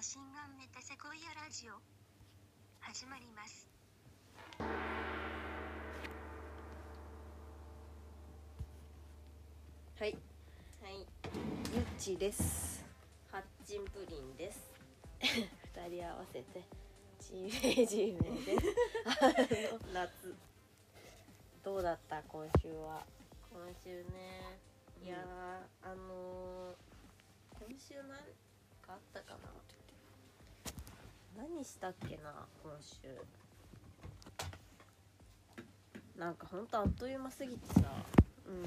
新顔メタセコイアラジオ始まりますはい、はい、ゆっちーです。八珍プリンです。 二人合わせて。ジーメイジーメイです。 夏。どうだった、今週は。今週ね、うんいやー、あのー、今週なんかあったかな。何したっけな、今週。なんか本当あっという間すぎてさ。うん。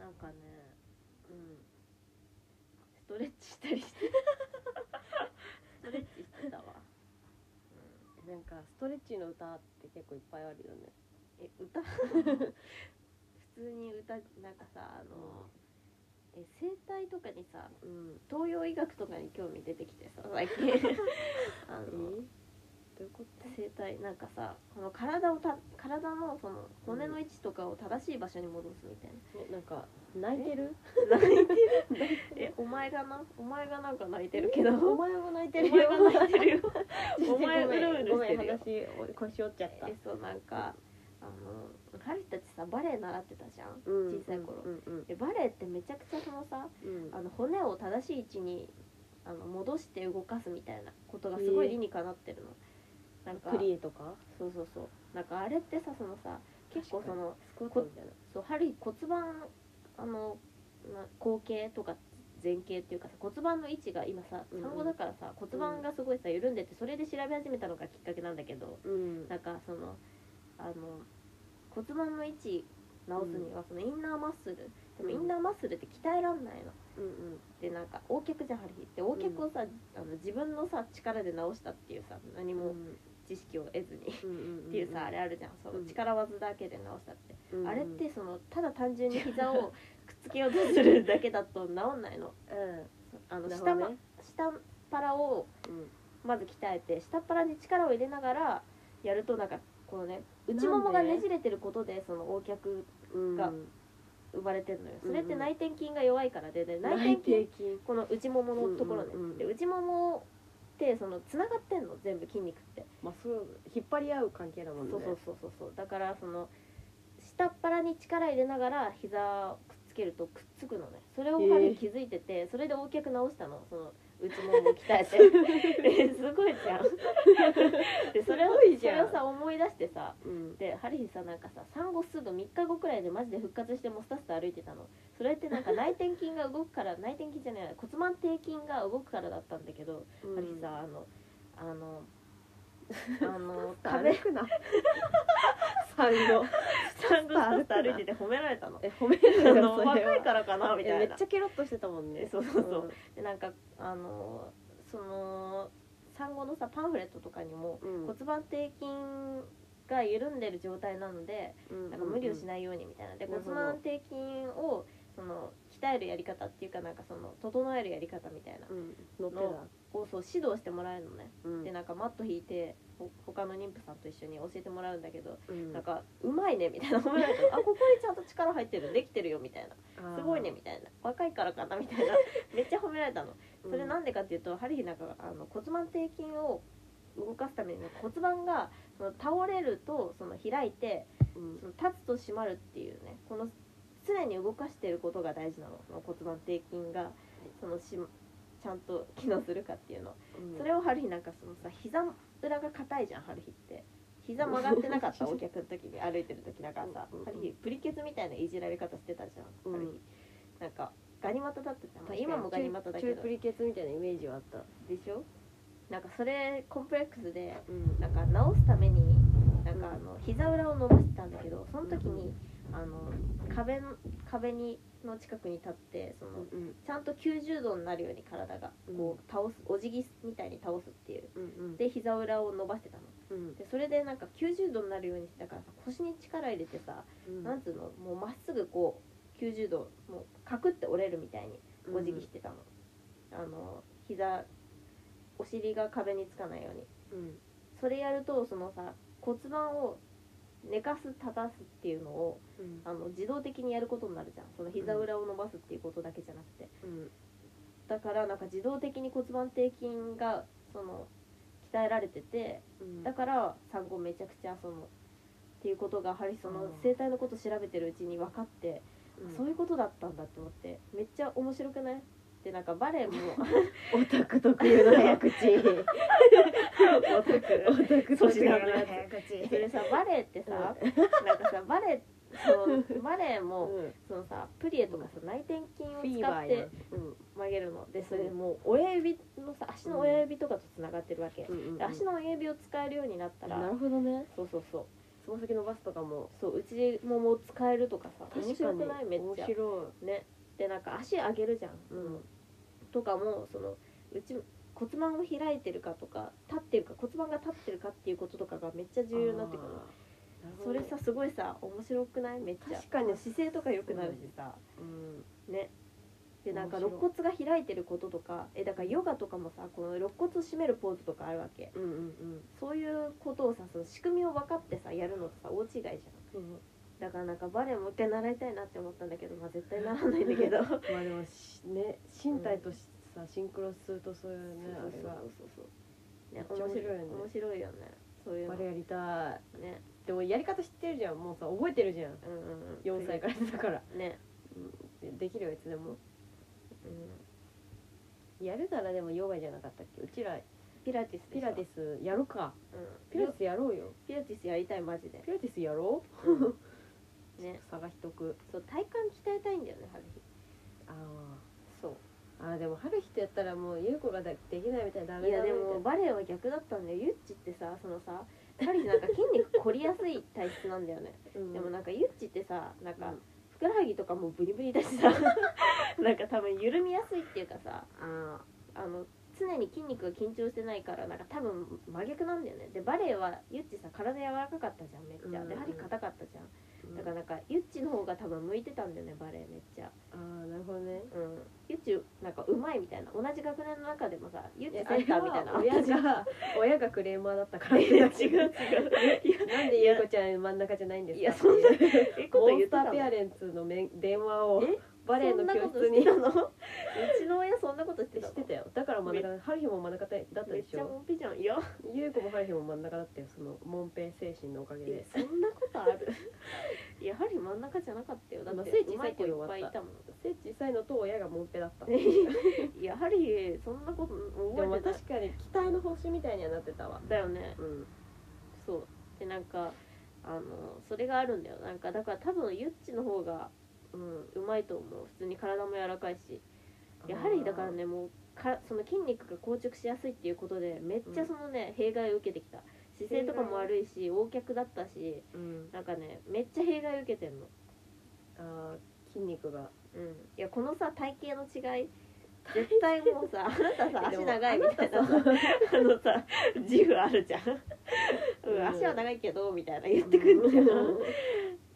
なんかね、うん。ストレッチしたりして。ストレッチしてたわ。なんかストレッチの歌って結構いっぱいあるよね。え歌普通に歌なんかさあの、え声帯とかにさうん。東洋医学とかに興味出てきてさ最 近あえのどういうこと声帯なんかさこの体をた体のその骨の位置とかを正しい場所に戻すみたいな、えなんか泣いてる。えお前がなお前がなんか泣いてるけどお前も泣いてるお前が泣いてるよ おお前前うるうるごしめてんごるめんよ。話、腰折っちゃったえ。そうなんかあの春日たちさバレエ習ってたじゃん、小さい頃、うんうんでバレエってめちゃくちゃそのさうん。あの骨を正しい位置にあの戻して動かすみたいなことがすごい理にかなってるの、なんかクリエとか。そうそうそうなんかあれってさそのさ結構そのスコットみたいな。そう針骨盤あのな後傾とか前傾っていうかさ骨盤の位置が今さうんうん産後だからさ、骨盤がすごいさ緩んでてそれで調べ始めたのがきっかけなんだけどうんなんかそのあの骨盤の位置直すにはそのインナーマッスル、でもインナーマッスルって鍛えらんないの。うんうん。でなんか横脚じゃんハリヒって横脚をさ、あの自分のさ力で直したっていうさ何もん知識を得ずにうんうん。っていうさあれあるじゃんそうんの力技だけで直したって、うん。あれってそのただ単純に膝をくっつけようとするだけだと治んないのう あのん。なるほ下,、どね下っ腹をうん。まず鍛えて下っ腹に力を入れながらやるとなんかこのね内ももがねじれてることでその横脚がうん生まれてるのようんそうんれって内転筋が弱いからでで内内転筋転筋この内もものところね、うんうんうんで内ももってそのつながってんの全部筋肉って、まあそう引っ張り合う関係だもんねそうそうそうそうそうだからその下っ腹に力入れながら膝をくっつけるとくっつくのねそれをへ針え気づいててそれで大脚直したのその内ももを鍛え てえすごいじゃんでそれをすごいじゃそんれをさ思い出してさうんでハリヒさなんかさ産後すぐ3日後くらいでマジで復活してもうスタスタ歩いてたのそれってなん か内転筋が動くから内転筋じゃない骨盤底筋が動くからだったんだけど、ハリヒさあのあの あの歩く な産後産後スタスタ歩いてて褒められたの え褒めるあなの それは若いからかなみたえいめなっちゃケロッとしてたもんねえそうそうそうでなんかあのその産後のさパンフレットとかにもうん骨盤底筋が緩んでる状態なので、うんなんか無理をしいないようにみたいなでなる骨ほど盤底筋をその鍛えるやり方っていうかなんかその整えるやり方みたいな乗ってのをそう指導してもらえるのね、たうんでなんかマット引いてほ他の妊婦さんと一緒に教えてもらうんだけど、うんなんか「うまいね」みたいな褒められて「あここにちゃんと力入ってるできてるよ」みたいな「あーすごいね」みたいな「若いからかな」みたいなめっちゃ褒められたのそれなんでかっていうとハリヒなんかあの骨盤底筋を動かすために骨盤がその倒れるとその開いてうんその立つと締まるっていうねこの常に動かしてることが大事なのその骨盤底筋がそのしちゃんと機能するかっていうの、うんそれを春日なんかそのさ膝裏が硬いじゃん春日って膝曲がってなかったお客の時に歩いてる時なんかさうんうんうん春日プリケツみたいないじられ方してたじゃん春日、うんなんかガニ股だったじゃん、まあ、今もガニ股だけ中どプリケツみたいなイメージはあったでしょなんかそれコンプレックスでうんなんか直すためになんかあの膝裏を伸ばしてたんだけどその時にあの壁の壁にの近くに立ってそのうんちゃんと90度になるように体がこう倒すお辞儀みたいに倒すっていううんうんで膝裏を伸ばしてたのうんでそれでなんか90度になるようにしてたからさ腰に力入れてさうんなんつうのもうまっすぐこう90度もうカクって折れるみたいにお辞儀してたの、あの膝お尻が壁につかないようにうんそれやるとそのさ骨盤を寝かす立たすっていうのをうんあの自動的にやることになるじゃんその膝裏を伸ばすっていうことだけじゃなくて、うんだからなんか自動的に骨盤底筋がその鍛えられててうんだから産後めちゃくちゃそのっていうことがハリそのうん生態のこと調べてるうちに分かって、そういうことだったんだって思ってめっちゃ面白くないでなんかバレエもオタク特有の早口 オタクオタ粗ク特有品のの早や口それさバレエってさ、なんかさバレエそのバレエも、うんそのさプリエとかさ内転フィ筋をー使バっーてやうん曲げるのでそれもう親指のさ足の親指とかとつながってるわけ、うんうんうんで足の親指を使えるようになったら、なるほどねそうそうそうつま先伸ばすとかもそう内ももを使えるとかさ面確か白にくないめっ面ちゃ白ねでなんか足上げるじゃん、いうんとかもそのうち骨盤を開いてるかとか立ってるか骨盤が立ってるかっていうこととかがめっちゃ重要になってくるのあーなるほそどれさすごいさ面白くないめっちゃ確かに姿勢とか良くなるしさ、うんねでなんか面肋白い骨が開いてることとかえだからヨガとかもさこの肋骨を締めるポーズとかあるわけうんうんそういうことをさその仕組みを分かってさやるのってさ大違いじゃんうんだからなんかバレエもう一回習いたいなって思ったんだけどまあ絶対習わないんだけどそうまあでもしね身体としさシンクロするとそういうねそうあれそうがそうそうねめっちゃ面白いよね面白いよねそういうバのレエねやりたいでもやり方知ってるじゃんもうさ覚えてるじゃんうんうんうん4歳からやってたからねうんできるよいつでもうんやるならでもヨガじゃなかったっけうちらピラティスピラティィスやるかス、うん、ピラティスやろうよピラティスやりたいマジでピラティスやろうね探しとくそう体幹鍛えたいんだよね春日あそうーあーでも春日とやったらもう優子がだできないみたいなダいメやだでねもバレエは逆だったんだよゆっちってさそのさ彼氏なんか筋肉凝りやすい体質なんだよね、ででももななんかゆっちってさなんか、うんふくらはぎとかもブリブリだし さなんか多分緩みやすいっていうかさああの常に筋肉が緊張してないからなんか多分真逆なんだよねでバレエはゆっちさ体柔らかかったじゃんめっちゃ、うんで針硬かったじゃん、ーだからなんかゆっちの方が多分向いてたんだよねバレエめっちゃあーなるほどねうんゆっちなんかうまいみたいな同じ学年の中でもさゆっちいやセンターみたいなあれは親が親がクレーマーだった からい や違う違うなんで優子ちゃん真ん中じゃないんですかいやそんなっていうえことモ言ンっスてたターのペアレンツの面電話をえバレエの教室にそんなことしてたのうちの親そんなことしてた知のってたよだから真ん中春日も真ん中だっためっでしちゃょモンペじゃんいや優子も春日も真ん中だったよそのモンペイ精神のおかげでそんなことある やはり真ん中じゃなかったよだってまあうまい子いっぱいいたもん背小さいのと親がモンペだったで やはりそんなことも覚えまあてない確かに期待の方針みたいにはなってたわだよねうんそうでなんかあのそれがあるんだよなんかだから多分ゆっちの方がうんうまいと思う普通に体も柔らかいしやはりだからねもうかその筋肉が硬直しやすいっていうことでめっちゃそのね、弊害を受けてきた姿勢とかも悪いし横脚だったしうんなんかねめっちゃ弊害を受けてんのあー筋肉がうんいやこのさ体型の違い絶対もう さあなたさ足でも長いみたいなあさなたさあのさ自負ある じゃん、うんうん足は長いけどみたいな言ってくんじゃん、うん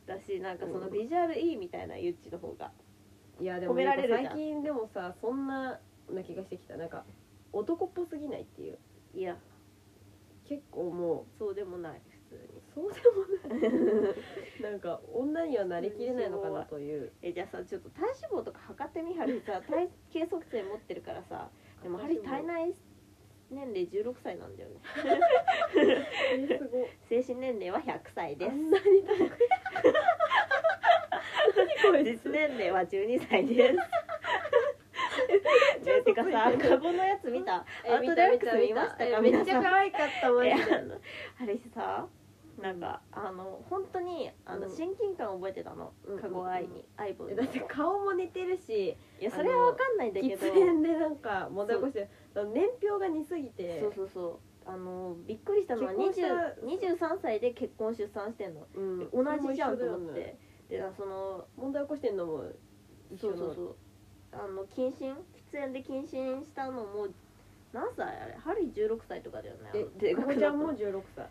だしなんかそのビジュアルいいみたいなゆっちの方がいやでも褒められるじゃん最近でもさそんなな気がしてきたなんか男っぽすぎないっていういや結構もそうでもない普通うそうでもないなんか女にはなりきれないのかなというえじゃあさちょっと体脂肪とか測ってみはるさ体計測性持ってるからさでもハリ体内年齢16歳なんだよねえーすごい精神年齢は100歳であすんなに高い何こい 実年齢は12歳です ちょねってとついてかるさカゴのやつ見たえアウトデラックス見ましたかえめっちゃ可愛かったマジえであのあれさなんかあの本当にあのうん親近感を覚えてたのうんカゴ愛に相棒にえ だって顔も似てるしいやそれはわかんないんだけ喫ど煙でなんか問題起こしてるその年表が似すぎてそうそうそうあのびっくりしたのは結婚した20 23歳で結婚出産してんのうん同じじゃんそとれ思っも一緒だよねてでなその問題起こしてんのも一そ緒うなのそうそうあの謹慎喫煙で謹慎したのも何歳あれ春16歳とかだよねえでかこちゃんも16歳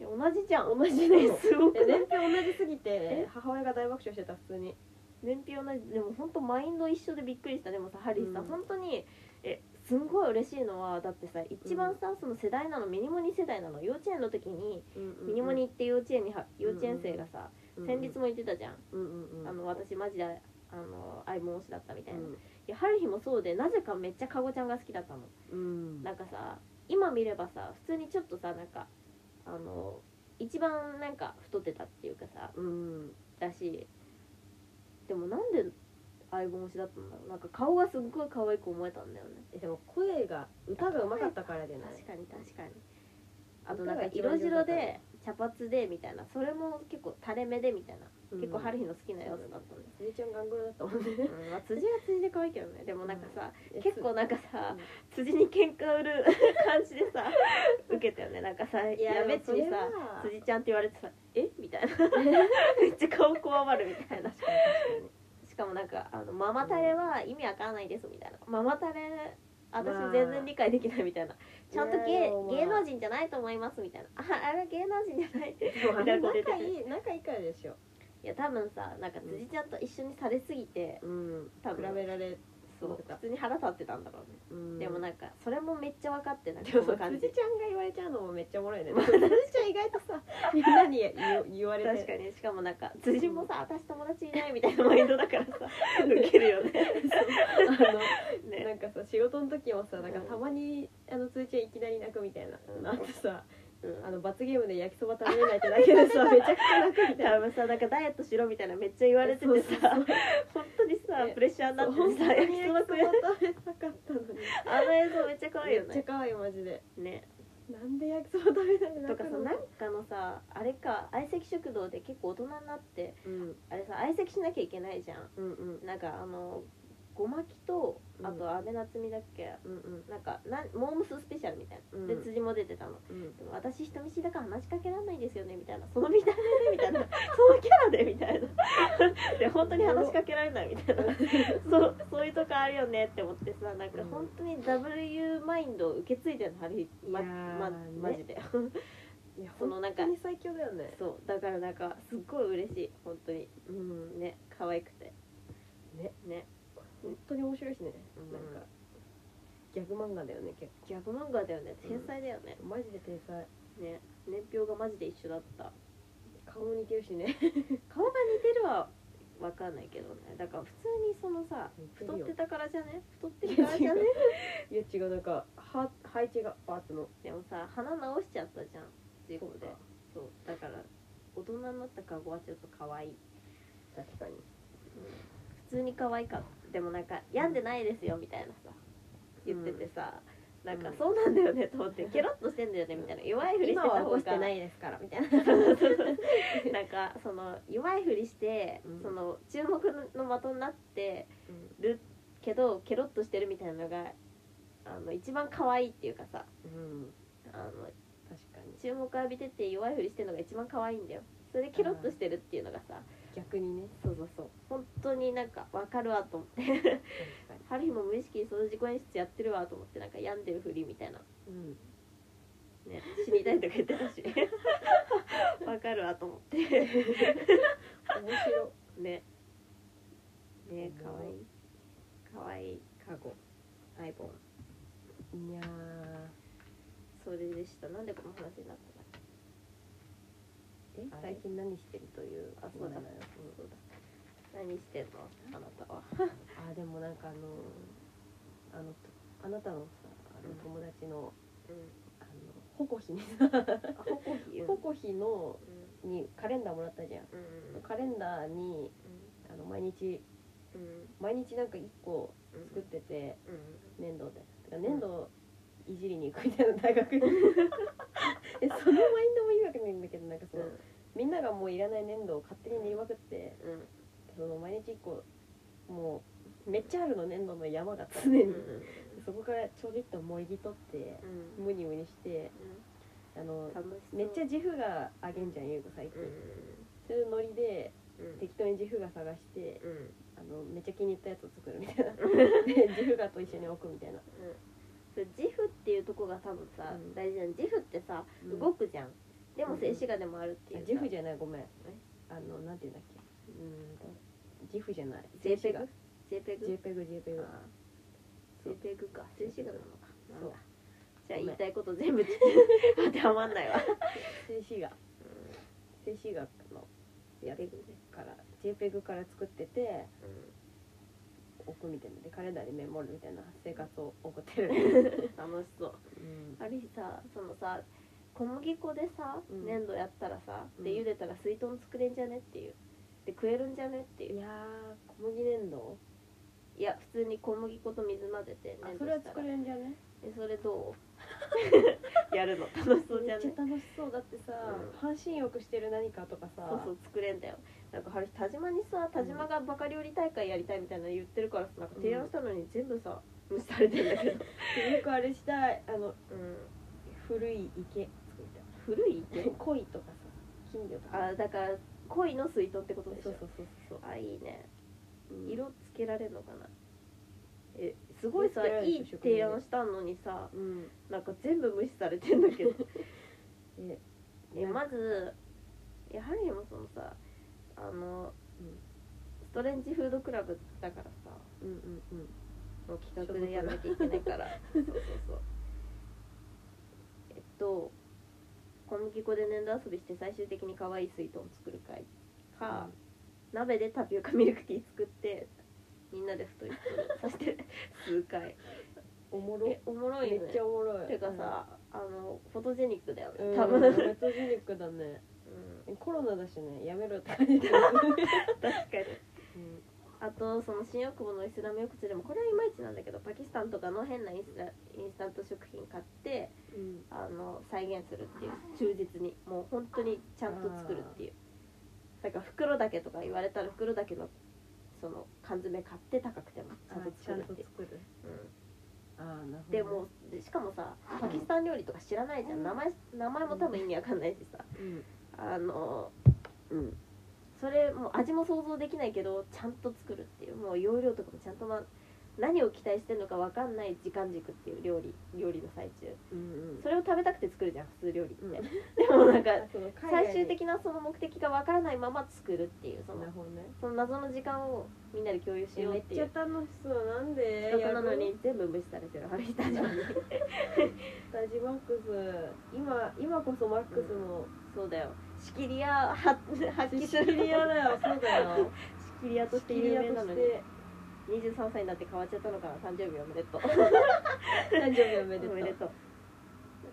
同じじゃん同じねな のすごくえな年い表同じすぎてえ母親が大爆笑してた普通に年表同じでも本当マインド一緒でびっくりしたでもさハリーさ、うん本当にえすんごい嬉しいのはだってさ一番さ、その世代なのミニモニ世代なの幼稚園の時にミニモニって幼稚園には幼稚園生がさ、先日も言ってたじゃん、うんうんうんあの私マジであの相棒推しだったみたいな、うんや春日もそうでなぜかめっちゃかごちゃんが好きだったのうんなんかさ今見ればさ普通にちょっとさなんかあの一番なんか太ってたっていうかさうんだしでもなんで相棒推しだったんだろうなんか顔がすっごい可愛く思えたんだよねえでも声が歌がうまかったからじゃない確かに確かにあとなんか色白で茶髪でみたいなそれも結構垂れ目でみたいな、結構春日日の好きなやつだったんです、すみちゃんガングロだったもんねうんまあ、辻は辻で可愛いけどねでもなんかさ、結構なんかさうん、辻に喧嘩売る 感じでさ受けたよねなんかさやべっちにさ辻ちゃんって言われてさ「えみたい なめっちゃ顔こわばるみたいな確かにしかもなんかあの「ママタレは意味わからないです」みたいな「ママタレ私全然理解できない」みたいな「ちゃんといや芸でもまあ芸能人じゃないと思います」みたいな「ああれは芸能人じゃ ない」い確かにでもあれ仲いい仲いいからでしょや多分さなんか辻ちゃんと一緒にされすぎてうん多比分べられそう普通に腹立ってたんだろうね、うんでもなんかそれもめっちゃ分かってなんかでそもの辻感ちじゃんが言われちゃうのもめっちゃおもろいね辻ちゃん意外とさ みんなに言言われ確かてにしかもなんか辻もさ「私友達いない」みたいなマインドだから さウケるよねあのねなんかさ仕事の時もさなんかうんたまにあの通知はいきなり泣くみたいな、うんあとさうんあの罰ゲームで焼きそば食べれないってだけ でさめちゃくちゃ泣くみたいな多分さなんかダイエットしろみたいなめっちゃ言われててそうそうさ本当にさねプレッシャーになって本当てさ焼にき焼そばき食えそばない食べなかったのにあの映像めっちゃ可愛いよめっちゃね可愛いマジでねなんで焼きそば食べないのとかさなんかのさあれか相席食堂で結構大人になってうんあれさ相席しなきゃいけないじゃんうんうんなんかあのごまきとうんあと阿部夏実だっけうんうんなんかなんモームススペシャルみたいなでうん辻も出てたのうんでも私人見知りだから話しかけられないですよねみたいなその見た目でみたいな そのキャラでみたいな で本当に話しかけられないみたいなそうそういうとこあるよねって思ってさなんかうん本当に W マインドを受け継いでるのハリーまいやーまねマジで いやそのなんか本当に最強だよねそうだからなんかすっごい嬉しい本当にうんね可愛くてねね本当に面白いしねうんなんかギャグ漫画だよね結ギャグ漫画だよね天才だよね、構マジで天才ね年表がマジで一緒だった顔も似てるしね顔が似てるはわかんないけどねだから普通にそのさ似 て太るっよてたからじゃね太ってるからじゃねいや違うなんかは配置がバーッとの でもさ鼻直しちゃったじゃん事故でそうかそうだから大人になったカゴはちょっと可愛い確かに普通に可愛かったでもなんか病んでないですよみたいなさ言っててさ、なんかうんそうなんだよねと思ってケロッとしてんだよねみたいな弱いふりして今た方は起がこしてないですからみたいな なんかその弱いふりして、うんその注目の的になってるけどケロッとしてるみたいなのがあの一番可愛いっていうかさうんあの確かに注目浴びてて弱いふりしてるのが一番可愛いんだよそれでケロッとしてるっていうのがさ逆にねそうそうそう本当になんか分かるわと思って確か春日も無意識にその自己演出やってるわと思ってなんか病んでるふりみたいな、にうんね、死にたいとか言ってた し分かるわと思って面白ねね可愛い可愛いカゴアイボンいいやそれでしたなんでこの話になったかあえれ最近何してるというあそうだ話なのそうだ何してんのあなたはあでもなんかあのーあのあなたのさあのうん友達のうんあのホコヒにさあほこひうんホコヒのうにカレンダーもらったじゃんんうんカレンダーにあの毎日うん毎日なんか1個うん作っててうん粘土でてか粘土をいじりに行くみたいな大 学にえそのマインドもいいわけないんだけどなんかその、みんながもういらない粘土を勝手に練りまくってうんその毎日1個もうめっちゃあるの粘土の山が常に、うんそこからちょびっともぎ取ってうんムニムニしてうあのん楽しそうめっちゃ自負があげんじゃん優子最う近、んそういうノリでうん適当に自負が探してうんあのめっちゃ気に入ったやつを作るみたいなで自負がと一緒に置くみたいなそれ自負っていうとこが多分さうん大事なの自負ってさ動くじゃんでもうん静止画でもあるってあいう自負ゃじゃないごめんあのなんていうんだっけうーんと自負じゃない JPEG JPEG JPEG JPEG あー JPEG か静止画なのかなんだじゃあごめん言いたいこと全部当てはまんないわ静止画静止画のや JPEG つねから JPEG から作ってて置くみたいなでカレンダーにメモるみたいな生活を送ってる、楽しそううん、ある日さそのさ小麦粉でさうん粘土やったらさ、うんで茹でたら水筒作れんじゃねっていうで食えるんじゃねっていういやー小麦粘土いや普通に小麦粉と水混ぜてあ粘土それはしたら作れるんじゃねえそれど うやるの 楽しそうじゃねめっちゃ楽しそうだってさ、うん半身浴してる何かとかさそうそう作れんだよなんか春日田島にさ田島がバカ料理大会やりたいみたいなの言ってるからさなんか提案したのに全部さ無視されてんだけ ど、でよくあれしたいあのうん、古い池作りたい古い池恋とかさ金魚とかあだから恋の水筒ってことでしょそうそうそうそうあいいねうん色つけられるのかなえすごいさつけられるいでいしょ提案したのにさうんなんか全部無視されてんだけどええまずやはりもそのさあの、うんストレンジフードクラブだからさうんうんうんの企画でやんなきゃいけないから そうそうそうえっと小麦粉で粘土遊びして最終的に可愛い水筒を作る会か、鍋でタピオカミルクティー作ってみんなで 太い太るそして数回おもろえおもろいめよっねちゃおもろいていうかさ、あのフォトジェニックだよねうん多分、メ うん、確ットジェニックだねコロナだしねやめろって感じだよねかにあとその新大久保のイスラム浴地でもこれはいまいちなんだけどパキスタンとかの変なインスタインスタント食品買ってうんあの再現するっていう忠実にもう本当にちゃんと作るっていうだから袋だけとか言われたら袋だけのその缶詰買って高くてもちゃんとち作ゃんるとっていう、作るうんああなるほどでもうしかもさパキスタン料理とか知らないじゃん名前名前も多分意味わかんないしさうんあのうんそれもう味も想像できないけどちゃんと作るっていうもう容量とかもちゃんと、ま、何を期待してるのかわかんない時間軸っていう料理料理の最中うんうんそれを食べたくて作るじゃん普通料理って、うん でもなんかあその海外に最終的なその目的がわからないまま作るっていうそのなるほどねその謎の時間をみんなで共有しようめっっていちゃう楽しそうなんで企画なのに全部無視されてるある人たちにタジマックス今今こそマックスのそうだよ仕切り屋は発揮知する識リアだよそうだよ仕切り屋として有名なのに23歳になって変わっちゃったのかな誕生日おめでとう誕生日おめでおとうめでとう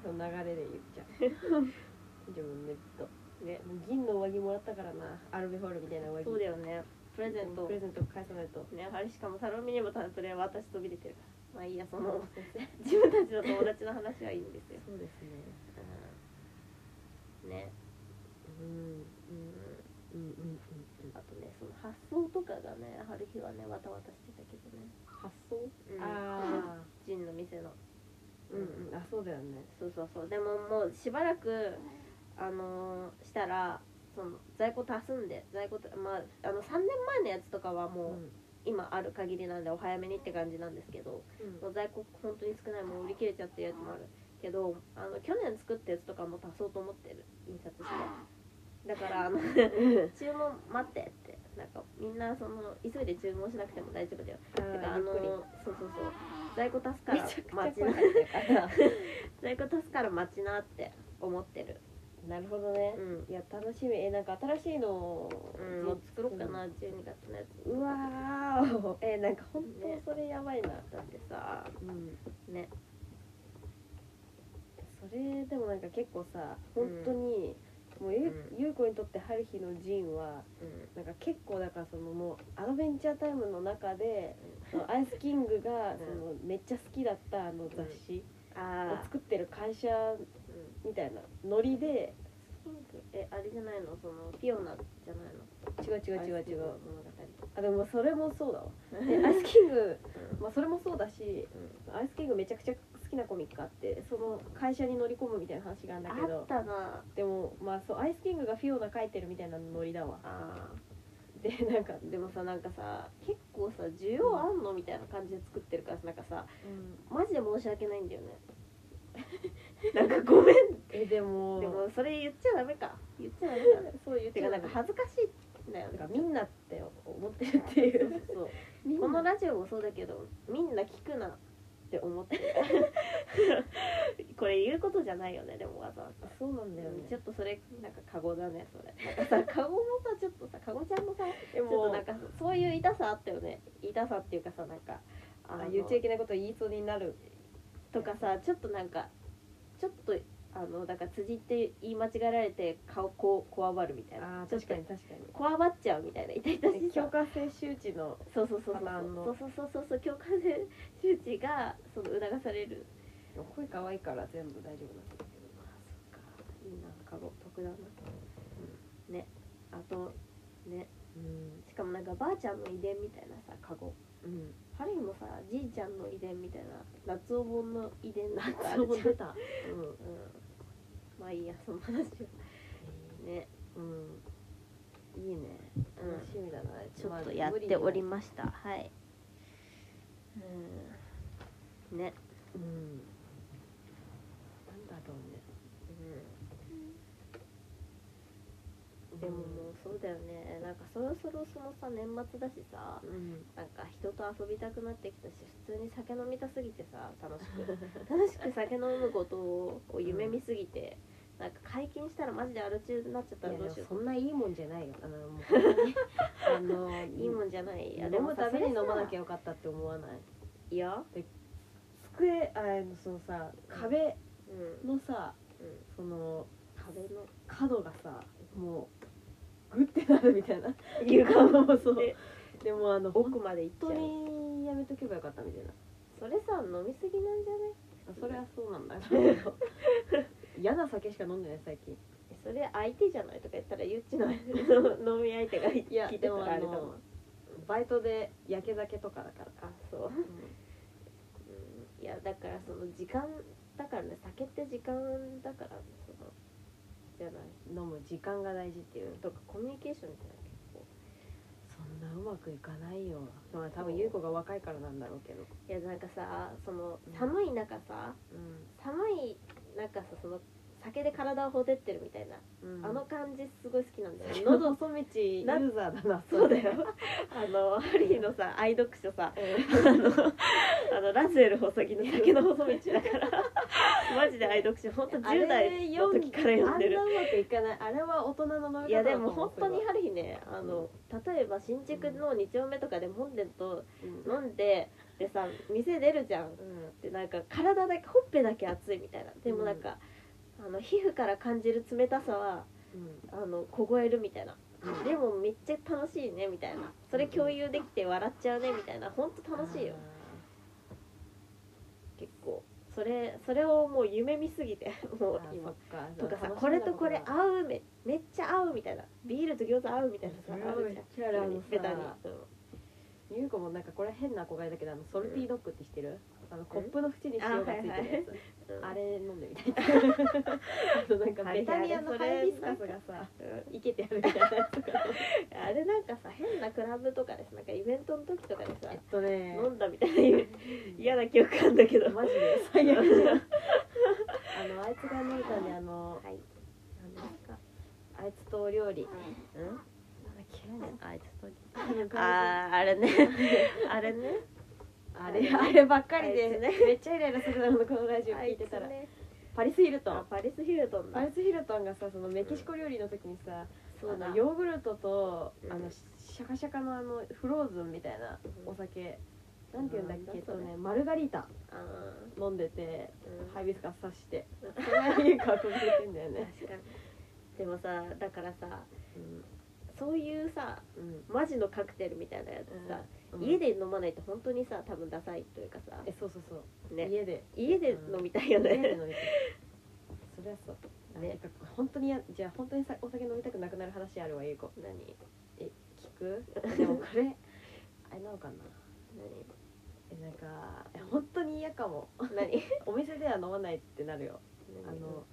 その流れで言っちゃう誕生日おめでとうねもう銀の上着もらったからなアルミホールみたいな上着そうだよねプレゼントプレゼント返さないとねあれしかもサロミにもたそれは私とびれてるからまあいいやそ のそうですね自分たちの友達の話はいいんですようんねううんんうんうんうんうんあとねその発想とかがね春日はねわたわたしてたけどね、発想うん、ああジンの店のうんうんあそうだよねそうそうそうでももうしばらくあのーしたらその在庫足すんで在庫たまああの3年前のやつとかはうもう今ある限りなんでお早めにって感じなんですけどうんもう在庫本当に少ないもう売り切れちゃってるやつもあるけどあの去年作ったやつとかも足そうと思ってる印刷してだからあの注文待ってってなんかみんなその急いで注文しなくても大丈夫だよあてかーあのゆっくりそうそうそう在庫足すかめらちゃくちゃ待ち声な入ってるから在庫足すから待ちなって思ってるなるほどねうん、いや楽しみえなんか新しいのをうん、もう作ろうかな12月のやつうわーおえなんか本当それやばいな、だってさうんねそれでもなんか結構さ本当に、もうゆ,、うんゆう子にとって春日のジンはうんなんか結構だからそのもうアドベンチャータイムの中で、そのアイスキングがうんそのめっちゃ好きだったあの雑誌をああ作ってる会社うんみたいなノリでピンクえあれじゃないのそのピオナじゃないの違う違う違う違うアイス物語あでもそれも そうだわでアイスキング、うまあ、それもそうだしんアイスキングめちゃくちゃ好きなコミックあってその会社に乗り込むみたいな話があるんだけあどったなでもまあそうアイスキングがフィオナ書いてるみたいなノリだわあでなんか、ーでもさなんかさ結構さ需要あんのみたいな感じで作ってるからさなんかさマジで申し訳ないん だよねなんかごめんえでもでもそれ言っちゃダメか言っちゃダメだねそう言っててかななんんかか恥ずかしいんだよねみんなって思ってるっていそううそうみんこのなラジオもそうだけどみんな聞くなって思ってる これ言うことじゃないよねでもわざわざそうなんだよちょねっとそれなんかカゴだねそれなんかさカゴもさちょっとさカゴちゃんのさでちょっともなんかそういう痛さあったよね痛さっていうかさなんかああの言っちゃいけないこと言いそうになるとかさちょっとなんかちょっとあのだから辻って言い間違えられて顔こうこわばるみたいなあーちょっ確とかに確かにこわばっちゃうみたいな痛々し強さ化性周知のそうそうそうそうパターンのそうそうそうそうそう共感性周知がその促される声可愛いから全部大丈夫なんだけあそっかいいなカゴ得だなねあとねどうんしかもなんかばあちゃんの遺伝みたいなさカゴうんハリーもさじいちゃんの遺伝みたいな夏お盆の遺伝なんかあるそうじゃん出たうんまあいいやその話はねうんうんいいねうん楽しみだなちょっとやっておりましたはいうんねうんなんだろうねでももうそうだよねなんかそろそろそのさ年末だしさうんなんか人と遊びたくなってきたし普通に酒飲みたすぎてさ楽しく 楽しく酒飲むことを夢見すぎて、なんか解禁したらマジでアル中になっちゃったいらどやでうもしよそうんないいもんじゃないよあのもう本当にあ のいいもんじゃないいや飲むさために飲まなそきれゃよかったって思わないさいや机あのそのさ壁うん、のさうん、その壁の角がさもうグッてなるみたいな 床もそうででもあの本奥まで行っちゃ当うにやめとけばよかったみたいなそれさ飲みすぎなんじゃないあそれはそうなんだけど 嫌な酒しか飲んでない最近えそれ相手じゃないとか言ったらゆっちの 飲み相手が聞いいやてたらあれでだももあのんバイトで焼け酒とかだから、あそう、うん、いやだからその時間だからね酒って時間だからねそのじゃない飲む時間が大事っていうとかコミュニケーションみたいな結構そんなうまくいかないよまあ多分優子が若いからなんだろうけどいやなんかさそのうん寒い中さう寒い中さその酒で体をほてってるみたいな、ん、あの感じすごい好きなんだよね喉細道ユーザーだなそうだよ あのハリーのさ愛読書さあのあのラズエル細木の酒の細道だからマジで愛読書本当あれ10代の時から読んであるんなうまくいかないあれは大人の飲み方だと思ういやでも本当にすハリーねあの例えば新宿の2丁目とかで飲んでるとごい飲んででさ店出るじゃんうんでなんか体だけほっぺだけ熱いみたいなでもなんか、あの皮膚から感じる冷たさはうんあの凍えるみたいなうんでもめっちゃ楽しいねみたいなそれ共有できて笑っちゃうねみたいな本当楽しいよ結構それそれをもう夢見すぎて あもーうそ今っかとかさ楽しみなこれとこれだな合うめめっちゃ合うみたいなビールと餃子合うみたいなさそれはあるじゃんめっちゃあるあのさベタにうんゆうこもなんかこれ変な憧れだけどあのソルティードッグってしてる、あのコップの縁に塩がついてるやつ、うんあれ飲んでみたいあのなんかベタニアのハイビスカスがさうんいけてあるみたいなやつとか あれなんかさ変なクラブとかですなんかイベントの時とかでさえっとね飲んだみたいな嫌な記憶あるんだけどマジで最悪 じゃんあのあいつが飲んだねあのはい何ですかあいつとお料理うんなんだっけあいつと ああーあれねあれねあれあればっかりあいで、つねめっちゃイライラするだろうなこのラジオ聞いてたら、あいつねパリス・ヒルトンあパリス・ヒルトンだパリス・ヒルトンがさそのメキシコ料理の時にさ、そうだあのヨーグルトと、うんあのシャカシャカのあのフローズンみたいなうんお酒、なんていうんだっけ、うんえっとねマルガリータあー飲んでてうんハイビスカス刺してそれがいいか憧れてんだよね、確かにでもさだからさうんそういうさうんマジのカクテルみたいなやつさ、うん家で飲まないと本当にさ多分ダサいというかさえそうそうそう、ね家で家で飲みたいよ家でね飲みたいそりゃそうねね、てか本当にやじゃあ本当にさお酒飲みたくなくなる話あるわゆうこ何聞くでもこれあれなのかなえなんかえ本当に嫌かも何何 お店では飲まないってなるよあの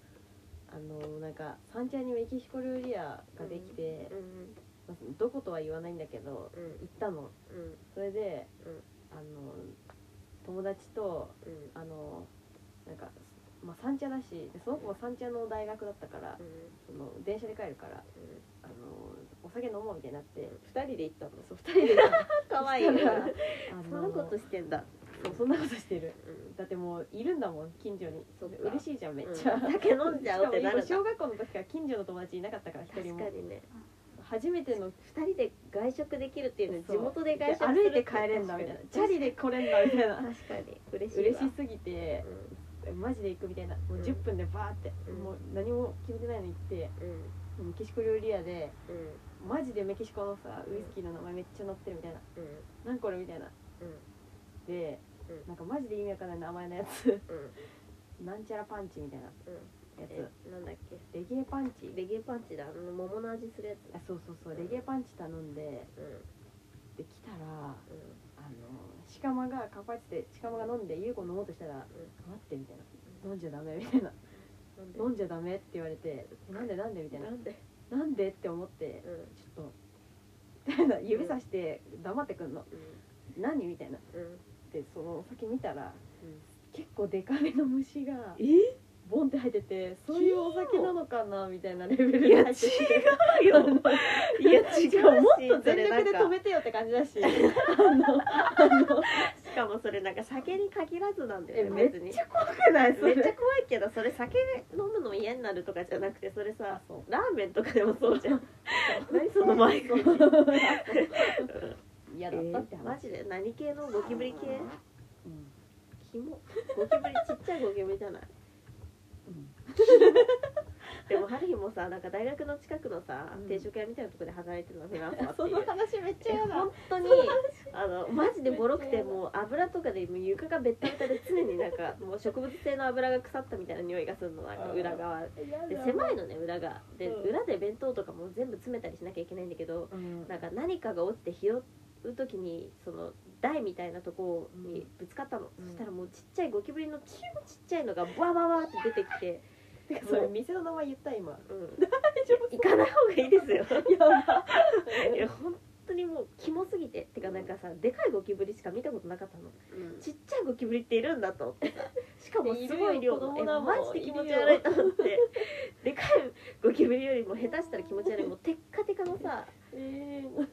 あのなんか三茶にメキシコ料理屋ができてう、んまあどことは言わないんだけどうん行ったのうんそれで、うんあの友達とうんあのなんか、まあ、三茶だしでその子も三茶の大学だったからうんその電車で帰るからあのお酒飲もうみたいになって二人で行ったのそう2人で可愛いよそしたらそんなことしてんだそうそんなことしてるうんだってもういるんだもん近所にそっか嬉しいじゃんめっちゃ、うん酒飲んじゃうってなるんだしかも今小学校の時から近所の友達いなかったから一確人かもにね初めての二人で外食できるっていうの地そう元で外食するっ歩いて帰れんだみたいなチャリで来れんだみたいな確かに嬉しい嬉わしすぎてマジで行くみたいなもううん10分でバーって、うんもう何も決めてないのに行ってうんうんメキシコ料理屋でうんマジでメキシコのさウイスキーの名前めっちゃ載ってるみたいなうん何これみたいなうんで、うんなんかマジで意味わかんない名前のやつうんなんちゃらパンチみたいなうんやえつなんだっけレゲエパンチレゲエパンチだあの桃の味するやつあそうそうそうレゲエパンチ頼んでうんで来たらうんあのシカマがカパチでシカマが飲んで優子飲もうとしたら「待って」みたいな「飲んじゃダメ」みたいななん「飲んじゃダメ」って言われて「えなんでなんで?」みたいななんで「なんで?」って思ってうん「ちょっと」みたいな 指さして黙ってくんのう「何?」みたいなんうんでその先見たら結構デカめの虫がえボンって入っててそういうお酒なのかなみたいなレベルいやで入ってて違うよいや違うししか ももっと全力それなんでか止めてよって感じだししかもそれなんか酒に限らずなんだえよめね別にっちゃ怖くないそめっちゃ怖れいけどそれ酒飲むの嫌になるとかじゃなくてそれさあそうラーメンとかでもそうじゃん何 その前口嫌えだったってー話、マジで何系のゴキブリ系うんキモゴキブリちっちゃいゴキブリじゃないうんでも春日もさなんか大学の近くのさ、うん定食屋みたいなとこで働いてるのフィナンサーってそいの う話めっちゃえ嫌だ本当にあのマジでボロくてもう油とかでもう床がベッタベタで常になんか もう植物性の油が腐ったみたいな匂いがするのなんか裏側で狭いのね裏がでうん裏で弁当とかも全部詰めたりしなきゃいけないんだけどうんなんか何かが落ちて拾う時にその台みたいなとこにぶつかったの、うんそしたらもうちっちゃいゴキブリの超ちっちゃいのがバババって出てきて、てかそれ店の名前言った今うん、 大丈夫行かない方がいいですよやだ いや本当にもうキモすぎててかなんかさでかいゴキブリしか見たことなかったのちっちゃいゴキブリっているんだと思ってさしかもすごい量のいるよ子供えだもんマジで気持ち悪いと思ってでかいゴキブリよりも下手したら気持ち悪いもうテッカテカのさえー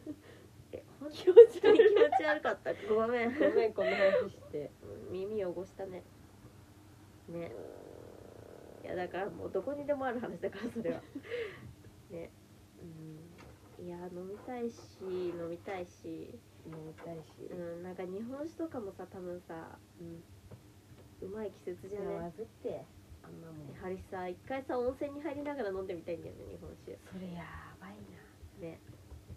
え本気持ち当に悪気い持ち悪かった ごめんごめんこんな話して耳汚したねねいやだからもうどこにでもある話だからそれはねうんいや飲みたいし飲みたいし飲みたいしうんなんか日本酒とかもさ多分さうんうまい季節じじゃゃあねまずってあんなもんハリさ一回さ温泉に入りながら飲んでみたいんだよね日本酒それやばいなね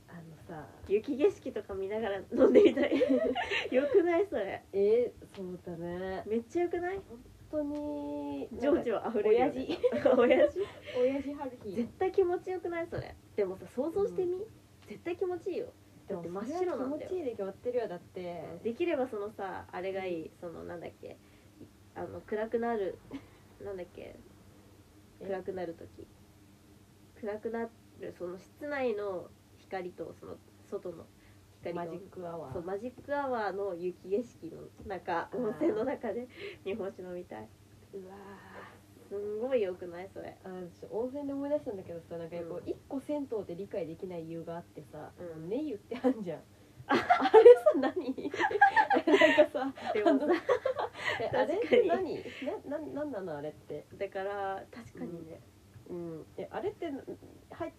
あのさ雪景色とか見ながら飲んでみたい よくないそれえー、そうだねめっちゃよくない本当に情なんか緒あふれるよ、ね、 親父親父春日絶対気持ちよくないそれでもさ想像してみ、絶対気持ちいいよでだっもて真っ白なんだよそれは気持ちいいで決まってるよだってできればそのさあれがいいそのなんだっけあの暗くなるなんだっけえ暗くなる時暗くなるその室内の光とその外の光マとジックアワそうーマジックアワーの雪景色の中ー温泉の中で 日本酒飲みたいうわすんごいよくないそれーあのちょっと温泉で思い出したんだけどさなんかこうう一個銭湯で理解できない理由があってさ「うんねゆ」ってあん じゃんあれさ何 なんかさでもさあのえあれっ確かてに何なななんなのあれってだから確かにね、うんえあれってな入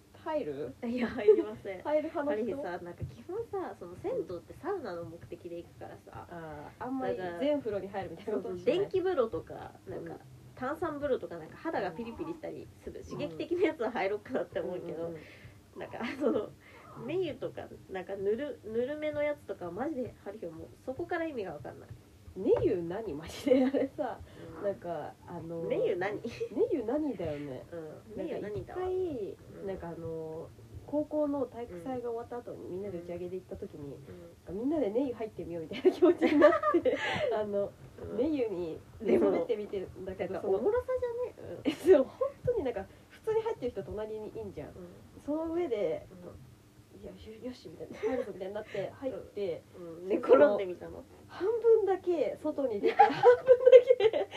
入るいや入りま せん入る派ハのリヒ人さなんか基本さその銭湯ってサウナの目的で行くからさ、あーあんまりだから全風呂に入るみたいなことしない電気風呂とかなんうんか炭酸風呂とかなんか肌がピリピリしたりする刺激的なやつは入ろうかなって思うけど、んんんなんかそのメニューとかなんかぬるぬるめのやつとかはマジでハリヒもうそこから意味が分かんない、ねゆ何マジであれさなんかかあのメニュー何ねゆ何だよねうん、メなんイかは何一だ回んなんかあの高校の体育祭が終わった後にみんなで打ち上げで行った時にうみんなでねゆ入ってみようみたいな気持ちになって あのん、ねゆにで寝もそべってみてんだけなんかどそおのもろさじゃねえ、でも本当になんか普通に入ってる人隣にいんじゃんうんその上でう「いやよしよし」みたいな「入るぞ」みたいになって入ってんうん、寝転んでみたの半分だけ外に出て半分だけ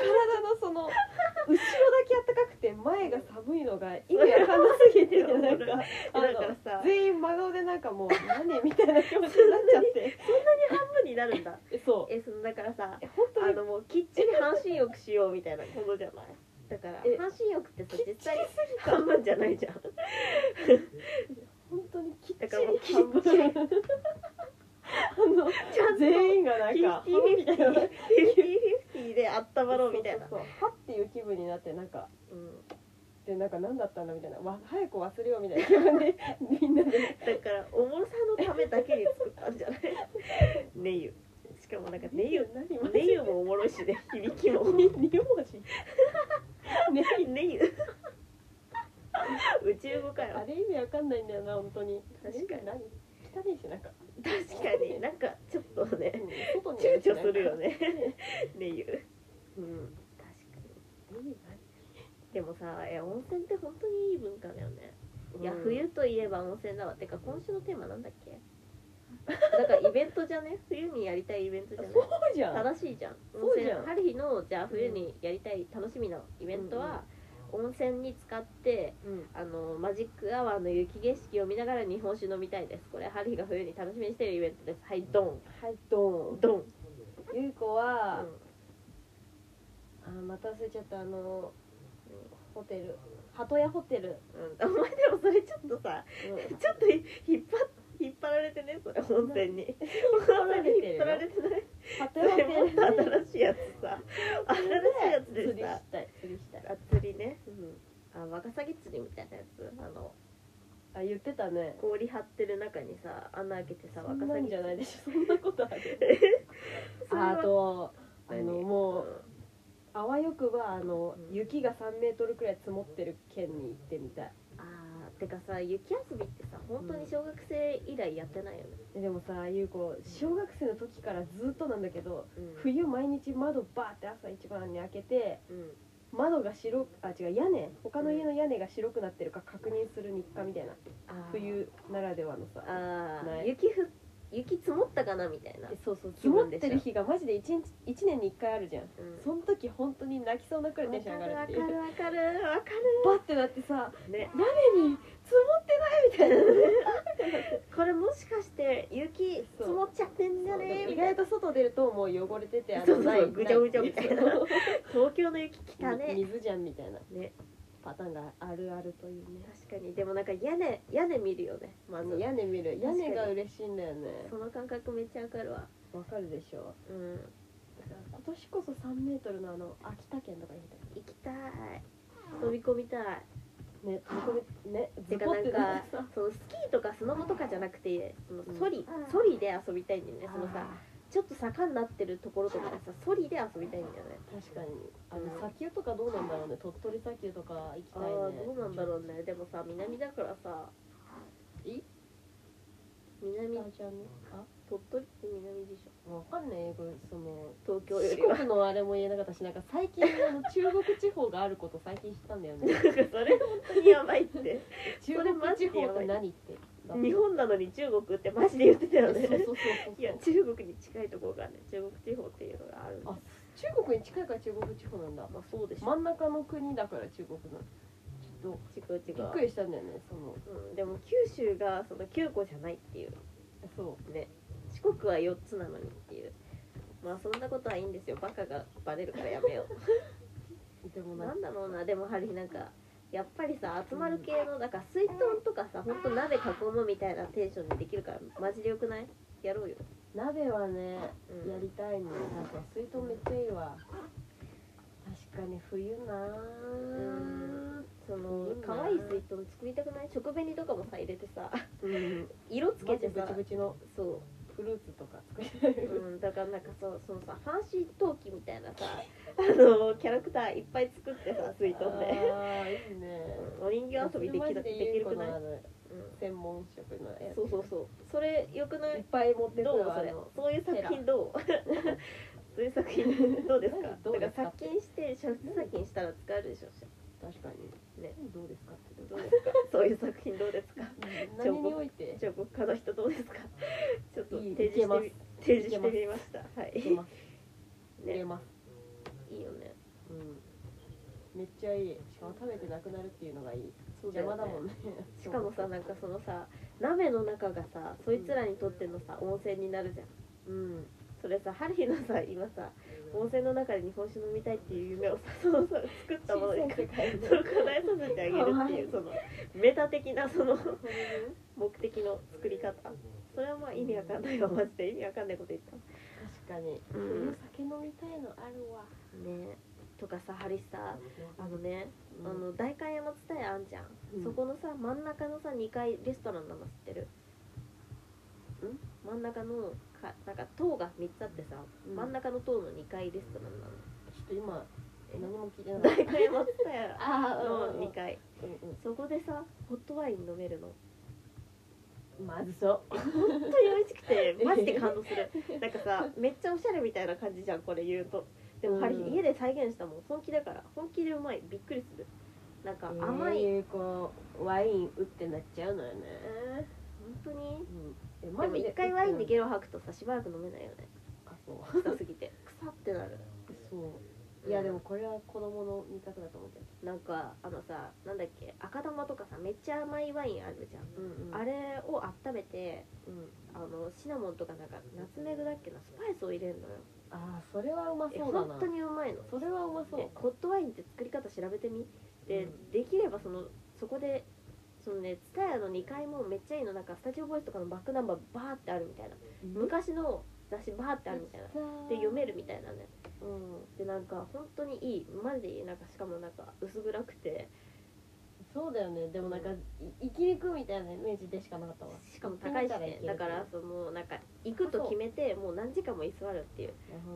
体のその後ろだけ暖かくて前が寒いのが意味わかんなすぎてそれなんかあだからさの全 員真顔でなんかもう「何?」みたいな気持ちになっちゃって半分になるんだえそうえさえ本当あにのもうきっちり半身浴しようみたいなことじゃないだからえ半身浴ってさ実際半分じゃないじゃん本当にきっちだからもうきりっ半分ちりあのちゃんと全員がなんかフィフみテたィいなフィフティで温まろうみたいなそうそうそうはっていう気分になってなんかうんでなんか何だったんだみたいなわ早く忘れようみたいな気分でみんなでだからおもろさのためだけに作ったんじゃないねゆしかもなんかねゆ何ねゆもおもろいしね響きもねゆ文字ねゆねゆ宇宙語かあよれ意味わかんないんだよな本当に確かにねゆ何汚いしなんか、確かになんかちょっとうねん、外に躊躇するよねねねゆうん確かにでもさいや温泉って本当にいい文化だよね、いや冬といえば温泉だわてか今週のテーマなんだっ けなんかイベントじゃね冬にやりたいイベントじゃねそうじゃん正しいじゃん温そう泉じゃん春日のじゃあ冬にやりたい楽しみのイベントは、温泉に使ってうんあのマジックアワーの雪景色を見ながら日本酒飲みたいですこれ春日が冬に楽しみにしてるイベントですはいドはいドンドン、ンゆううこはん、あまた忘れちゃったあのホテル鳩屋ホテル、うんお前でもそれちょっとさうん、ちょっとひ引っ張っ引っ張られてねそれ温泉に引っ張られてるよ張られてない鳩そ屋ホれ テもっルと新しいやつさ新しいやつ釣でりしさたい釣りしたいあ釣りね、うん、あワカサギ釣りみたいなやつあのあ言ってたね氷張ってる中にさ穴開けてさそワんカなサんギじゃないでょしょそんなことあるあとあのもうあわよくばあのうん雪が3メートルくらい積もってる県に行ってみたいあーてかさ雪遊びってさ本当に小学生以来やってないよね、えでもさ優子小学生の時からずっとなんだけどうん冬毎日窓バーって朝一番に開けてうん窓が白くあ違う屋根他の家の屋根が白くなってるか確認する日課みたいなあー冬ならではのさあーない雪ふ雪積もったかなみたいなえ、そうそう積気も分っでてしょる日がマジで 1, 日一年に1回あるじゃんうんその時本当に泣きそうなくらいテンション上がるわっかてるいうわかるわかるわかバッてなってさるね屋根に積もってないみたいなこれもしかして雪積もっちゃってんじゃね意みた外いなと外出るともう汚れててそうそうそうないぐちゃぐちゃみたいな そう東京の雪来たね水じゃんみたいなねパターンがあるあるというね確かにでもなんか屋根屋根見るよねまず屋根見るか屋に根が嬉しいんだよねその感覚めっちゃわかるわわかるでしょうんだから今年こそ3メートルのあの秋田県とかに行きたい行きたい飛び込みたいねこれねてかなんかズボッてそのスキーとかスノボとかじゃなくてそのうんソリ、ソリで遊びたいんだよねさそのさちょっと坂になってるところとかでさソリで遊びたいんだよね確かにあの砂丘とかどうなんだろうね鳥取砂丘とか行きあたあいねどうなんだろうねでもさ南だからさえ南あじゃあねあ鳥取って南でしょわかんないよこれその東京よりは四国のあれも言えなかったしなんか最近あの中国地方があること最近知ったんだよねそれ本当にやばい って中国地方って何って日本なのに中国ってマジで言ってたよそうそうねそうそういや中国に近いところがね中国地方っていうのがあるあ中国に近いから中国地方なんだまあそうでしょ真ん中の国だから中国なのちょっ違う違とびっうくりしたんだよねそのうん、でも九州がその9個じゃないっていうそね四国は4つなのにっていうまあそんなことはいいんですよバカがバレるからやめようで もうななんだろうなでもはりなんかやっぱりさ集まる系のだから水筒とかさほんと鍋囲むみたいなテンションでできるからマジでよくないやろうよ、鍋はねうん、やりたいね確かに水筒めっちゃいいわ確かに冬なうんそのいいな可愛い水筒作りたくない食紅とかもさ入れてさうん色つつけけててブさチブチのそうフルーツとか作りたいうん、だからなんかそうそのさファンシー陶器みたいなさあのキャラクターいっぱい作ってさ水筒でああいいねお人形遊びできるできるくない、マうジでん、優子の専門職のやつそうそうそうそれよくないっいぱい持ってどこうよそあれのそういう作品どうそういう作品どうですかどだうでかすから殺菌して殺菌したら使えるでしょ確かにねどうですかってどう ですかそういう作品どうですか何において彫刻家の人どうですかちょっといい提示してみい提示してみましたはいけますね入れますいいよねうんめっちゃいいしかも食べてなくなるっていうのがいいそうだ邪よね魔だもんね しかもさなんかそのさ鍋の中がさそいつらにとってのさ温泉になるじゃんうんそれさ春日のさ今さ温泉の中で日本酒飲みたいっていう夢をさ そのさ作ったものに新鮮世界それを叶えさせてあげるっていうそのメタ的なその確目的の作り方それはまあ意味わかんないわマジで意味わかんないこと言ったかに、うん酒飲みたいのあるわねとかさ春日さあのね、うんあの代官山蔦屋あんじゃん、うんそこのさ真ん中のさ2階レストランなの知ってるん真ん中のかなんか塔が3つあってさ、うん真ん中の塔の2階レストランなのちょっと今え何も聞いてない代官山蔦 屋あの2階うんうそこでさホットワイン飲めるのんまずそう本当に美味しくて マジで感動するなんかさめっちゃおしゃれみたいな感じじゃんこれ言うとでも、うんハリー家で再現したもん本気だから本気でうまいびっくりするなんか甘い、えーこうワイン打ってなっちゃうのよねえー本当にうんえでマもジ一回ワインでゲロロ吐くとさしばらく飲めないよねあそう臭すぎて臭ってなるそういやでもこれは子供の味覚だと思うけどなんかあのさなんだっけ赤玉とかさめっちゃ甘いワインあるじゃん、うんうんあれを温めてうんあのシナモンとかなんかナツメグだっけなスパイスを入れるのよあーそれはうまえそうだ本な当にうまいのそれはうまそうでホットワインって作り方調べてみで、うんできればそのそこでそのね蔦屋の2階もめっちゃいいのなんかスタジオボイスとかのバックナンバーバーってあるみたいな昔の雑誌バーってあるみたいなで読めるみたいなねうんでなんか本当にいいマジでいいなんかしかもなんか薄暗くてそうだよねでもなんかい生きにくみたいなイメージでしかなかったわしかも高いしねだからそのなんか行くと決めてもう何時間も居座るっていう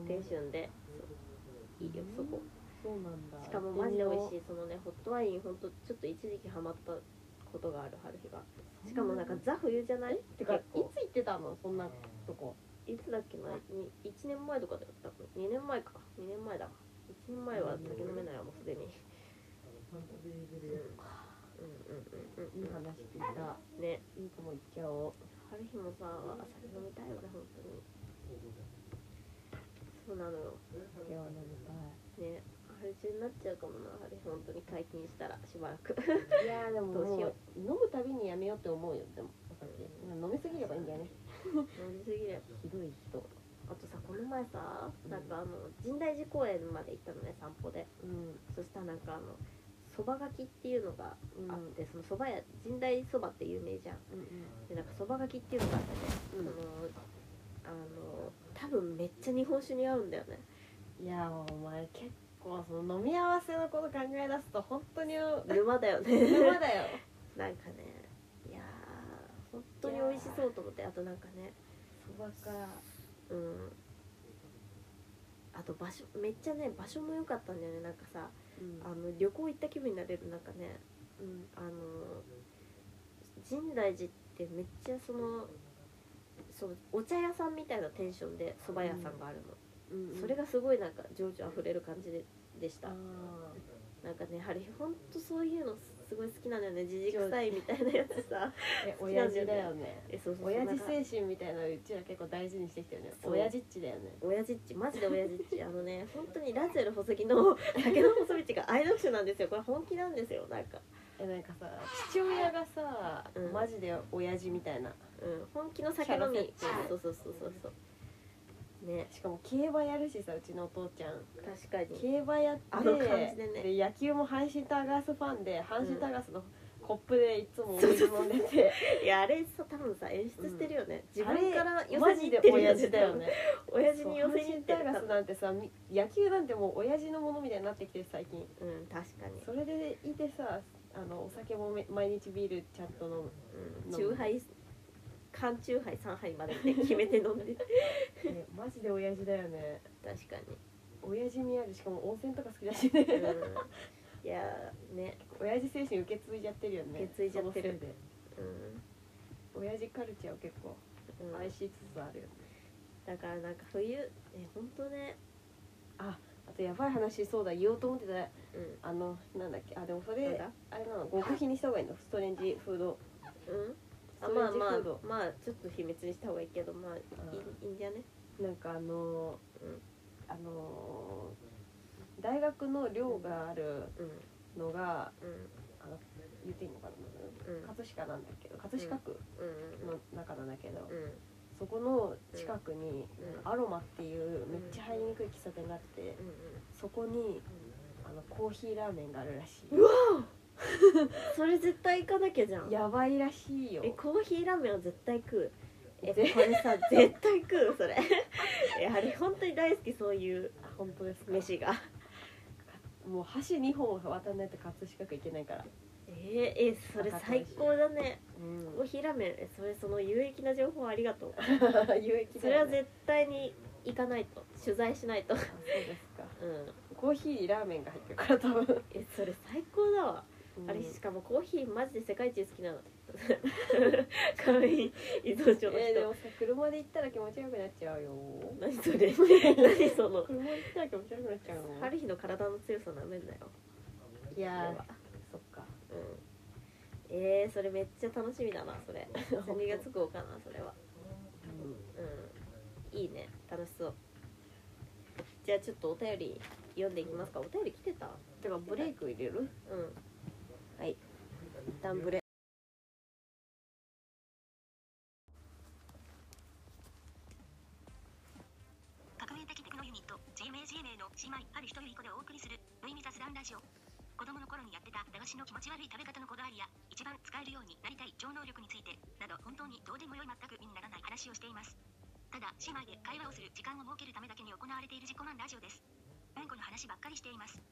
テンションでそういいよそこそうなんだしかもマジで美味しいいそのねホットワインほんとちょっと一時期ハマったことがある春日がしかもなんかザ冬じゃないてかい結構つ行ってたのそんなとこいつだっけなに1年前とかだった2年前か2年前だわ1年前は酒飲めないわもうすでにうんうんうんうんいい話聞いたねいいとも行っちゃおう春日もさ酒飲みたいよね本当にそうなのよ今日は飲みたいね春日になっちゃうかもな春日本当に解禁したらしばらくいやーでもどうしよう飲むたびにやめようって思うよでもお酒飲みすぎればいいんだよね飲みすぎればひどい人あとさこの前さなんかあの神代寺公園まで行ったのね散歩でうんそしたらなんかあのそばがきっていうのがうんあって、そのそば屋神代そばって有名じゃんうんでなんかそばがきっていうのがあってね、うんそのあの多分めっちゃ日本酒に合うんだよ ねいやーお前結構その飲み合わせのこと考え出すと本当 に沼だよね沼だよなんかねいやー本当に美味しそうと思ってあとなんかねそばかうんあと場所めっちゃね場所も良かったんだよねなんかさうんあの旅行行った気分になれるなんかねうんあの深大寺ってめっちゃそのそうお茶屋さんみたいなテンションで蕎麦屋さんがあるの、うんそれがすごいなんか情緒あふれる感じででした、あなんかねやはりほんとそういうのすごい好きなんだよねじじくさいみたいなやつさーえ好きな親んだよね父だよね えそうそうそう親父なんか精神みたいなのうちら結構大事にしてきたよねそう親父っちだよね親父っちマジで親父っちあのね本当にラゼル細木の酒の細道が愛読書なんですよこれ本気なんですよなんかえなんかさ父親がさ、うんマジで親父みたいなうん本気の酒飲みキャラ設定そうそうそうそうそうねしかも競馬やるしさうちのお父ちゃん確かに競馬やってあの感じでねで野球も阪神タガースファンで阪神タガースのコップでいつもお水飲んでていやあれさ多分さ演出してるよね、自あれ分から寄マせにジ行っでてる親父だよね 親父に寄せに行ってそう阪神るタガースなんてさみ野球なんてもう親父のものみたいになってきてる最近うん確かにそれでいてさあのお酒もめ毎日ビールちゃんと飲むうん酎ハイ缶酎ハイ3杯までって決めて飲ん でえマジで親父だよね確か 親父にあるしかも温泉とか好きだしねに、うん、いやーね親父精神受け継いじゃってるよね受け継いじゃってるそのせいでうん、親父カルチャーを結構うん、愛しつつあるよねだからなんか冬え本当ねあとやばい話そうだ言おうと思ってたうんあのなんだっけあでもそなんれだあれなの極秘にした方がいいのストレンジフードうんスあトレまあンジフまあード、まあちょっと秘密にした方がいいけどまあいいいいんじゃねなんかあのーうんあのー大学の寮があるうんうんのがうん言っていいのかなうん葛飾なんだけど葛飾区うんの中なんだけど、うんそこの近くにうんアロマっていうめっちゃ入りにくい喫茶店があってうんうんそこにあのコーヒーラーメンがあるらしうわそれ絶対行かなきゃじゃんいやばいらしいよえコーヒーラーメンは絶対食うえぜこれさ 絶対食うそれ えあれ本当に大好きそういうあ本当ですか飯がもう箸2本渡んないと葛飾区行けないからえー、えそれ最高だねうコーんヒーラーメンえそれその有益な情報ありがとう有益そだれよはね絶対に行かないと取材しないとうんあそうですかコーヒーラーメンが入ってるから多分、えそれ最高だわあれうんしかもコーヒーマジで世界一好きな のカフェイン依存症の人、えーでもさ車で行ったら気持ちよくなっちゃうよ何それ何その車で行ったら気持ちよくなっちゃうの 春日の体の強さなめんなよいやこーそっかれはうんえー、それめっちゃ楽しみだな それうん12月号かなそれはうんいいね楽しそうじゃあちょっとお便り読んでいきますかお便り来てたてかブレイク入れるうんはい一旦ブレ革命的テクノユニット GMAGMA の姉妹ある人ゆい子でお送りする無意味雑談ラジオ子供の頃にやってた駄菓子の気持ち悪い食べ方のこだわりや一番使えるようになりたい超能力についてなど本当にどうでもよい全く身にならない話をしていますただ姉妹で会話をする時間を設けるためだけに行われている自己満ラジオですうんこの話ばっかりしていますぜ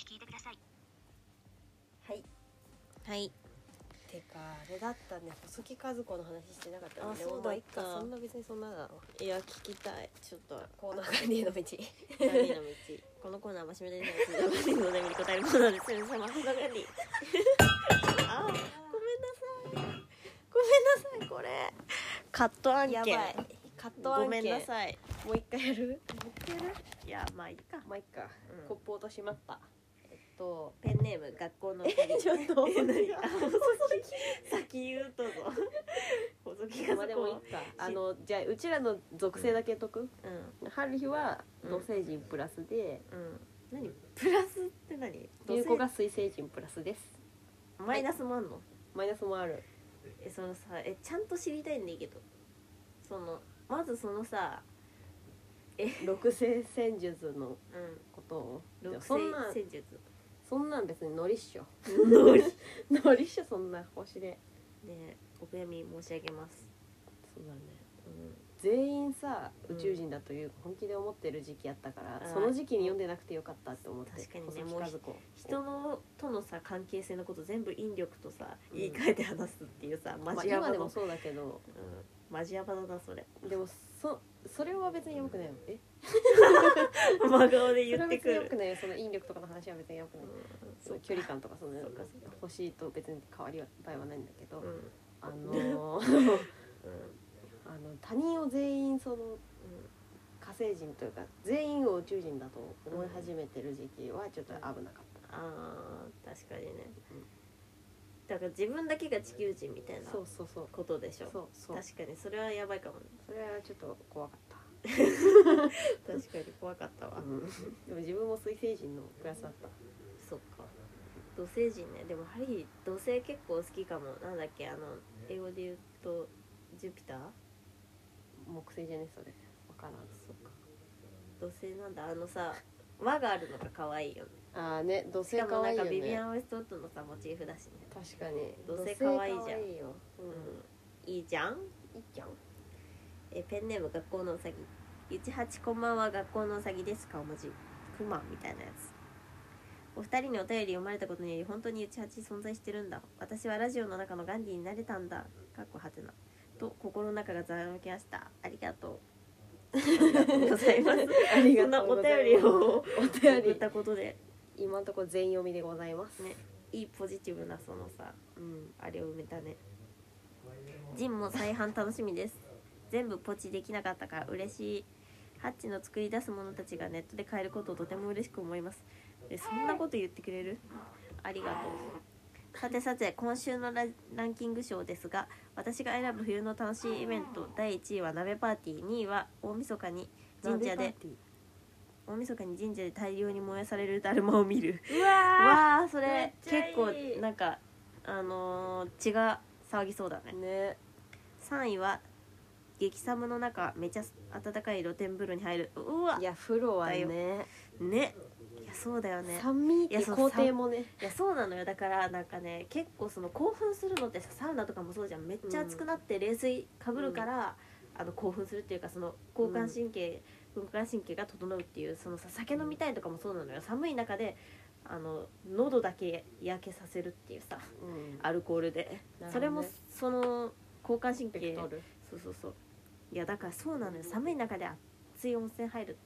ひ聞いてくださいはいはいてかあれだったね細木和子の話してなかったあそうだったまあいっかそんな別にそんなだろいや聞きたいちょっとコーナー管理への道管理の道このコーナーはマシュマロでの道のお悩みに答えるコーナーです皆様こんな管理あーごめんなさいごめんなさいこれカット案件やばいカット案ご件めんなさいもう一回やるもう一回やるいやまあいいか、まあいっか、うんコップ落としまったえっとペンネーム学校のちょっ とえ何あ細先言 うとぞ細木まがあでそもこいいかあのじゃあうちらの属性だけ解くうん春日はうん土星人プラスで、うん何プラスって何ゆうこが水星人プラスですマイナスもあんのマイナスもあるえそのさえちゃんと知りたいんだけどそのまずそのさ六星戦術のうんことを六そ星んなん戦術そんなん別にノリっ しょのりノリっしょそんな星でねお悔やみ申し上げます、そうだねう全員さうん宇宙人だという本気で思ってる時期あったから、あーその時期に読んでなくてよかったって思って確かにね細木もう和子人のとのさ関係性のこと全部引力とさ、うん言い換えて話すっていうさマまあ、ジヤ今バだ、でうもん、そうだけどマジヤバだな それでもそそれは別によくないよえ真顔でそれ言はって別くによるくないよその引力とかの話は別によくない、そそう距離感とかそのそうかそうか欲しいと別に変わりは場合はないんだけど、うんうんあの ーうんあの他人を全員その火星人というか全員を宇宙人だと思い始めてる時期はちょっと危なかっあー確かにねうんだから自分だけが地球人みたた、いなそうそうそうことでしょそうそう確かにそれはやばいかもねそれはちょっと怖かった、確かに怖かったわ、 でも自分も水星人のクラスだった そっか土星人ねでもハリー土星結構好きかもなんだっけあの英語で言うとジュピター木星じゃねそれわからんそうか土星なんだあのさ輪があるのが可愛いよねああね土し星かかもなわんいいかよビビアン・ねウェストウッドのさモチーフだしね確かに土星可愛いじゃん土星可愛いようん、うんいいじゃんいいじゃんえペンネーム学校のうさぎゆちはちこんばんは学校のうさぎです顔文字くまみたいなやつお二人にお便り読まれたことにより本当にゆちはち存在してるんだ私はラジオの中のガンディになれたんだかっこはてなと心の中がざわめきましたありがとうありがとうござい ますありそんなお便りをお送便っりたことで今のところ全読みでございますねいいポジティブなそのさうんあれを埋めたねジンも再販楽しみです全部ポチできなかったから嬉しいハッチの作り出すものたちがネットで買えることをとても嬉しく思いますえそんなこと言ってくれるありがとうさてさて今週のラランキング賞ですが私が選ぶ冬の楽しいイベント第1位は鍋パーティー2位は大晦日に神社で大晦日に神社で大量に燃やされるだるまを見るうわわあそめっれちゃい結構いなんかあのー血が騒ぎそうだねね3位は激寒の中めちゃ暖かい露天風呂に入るうわいや風呂はねねいやそうだよね寒いっいてやそう工程もねいやそうなのよだからなんかね結構その興奮するのってさサウナとかもそうじゃんめっちゃ熱くなって冷水かぶるから、あの興奮するっていうかその交感神経、副交感神経が整うっていうそのさ酒飲みたいとかもそうなのよ寒い中であの喉だけ焼けさせるっていうさうんアルコールで、なるほどねそれもその交感神ベク経トルそうそうそういやだからそうなのよ寒い中で熱い温泉入る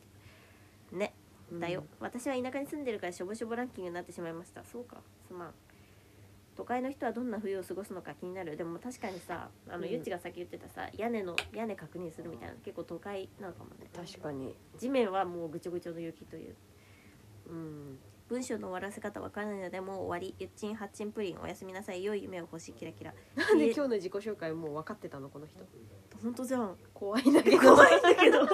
ってねだよ、私は田舎に住んでるからしょぼしょぼランキングになってしまいましたそうかすまん都会の人はどんな冬を過ごすのか気になるでも確かにさあの、うんゆっちが先言ってたさ屋根の屋根確認するみたいなの結構都会なのかもね確かに地面はもうぐちょぐちょの雪といううん文章の終わらせ方わからないのでもう終わりゆっちんはっちんプリンおやすみなさい良い夢を欲しいキラキラなんで今日の自己紹介もう分かってたのこの人本当じゃん怖いんだけど怖いんだけど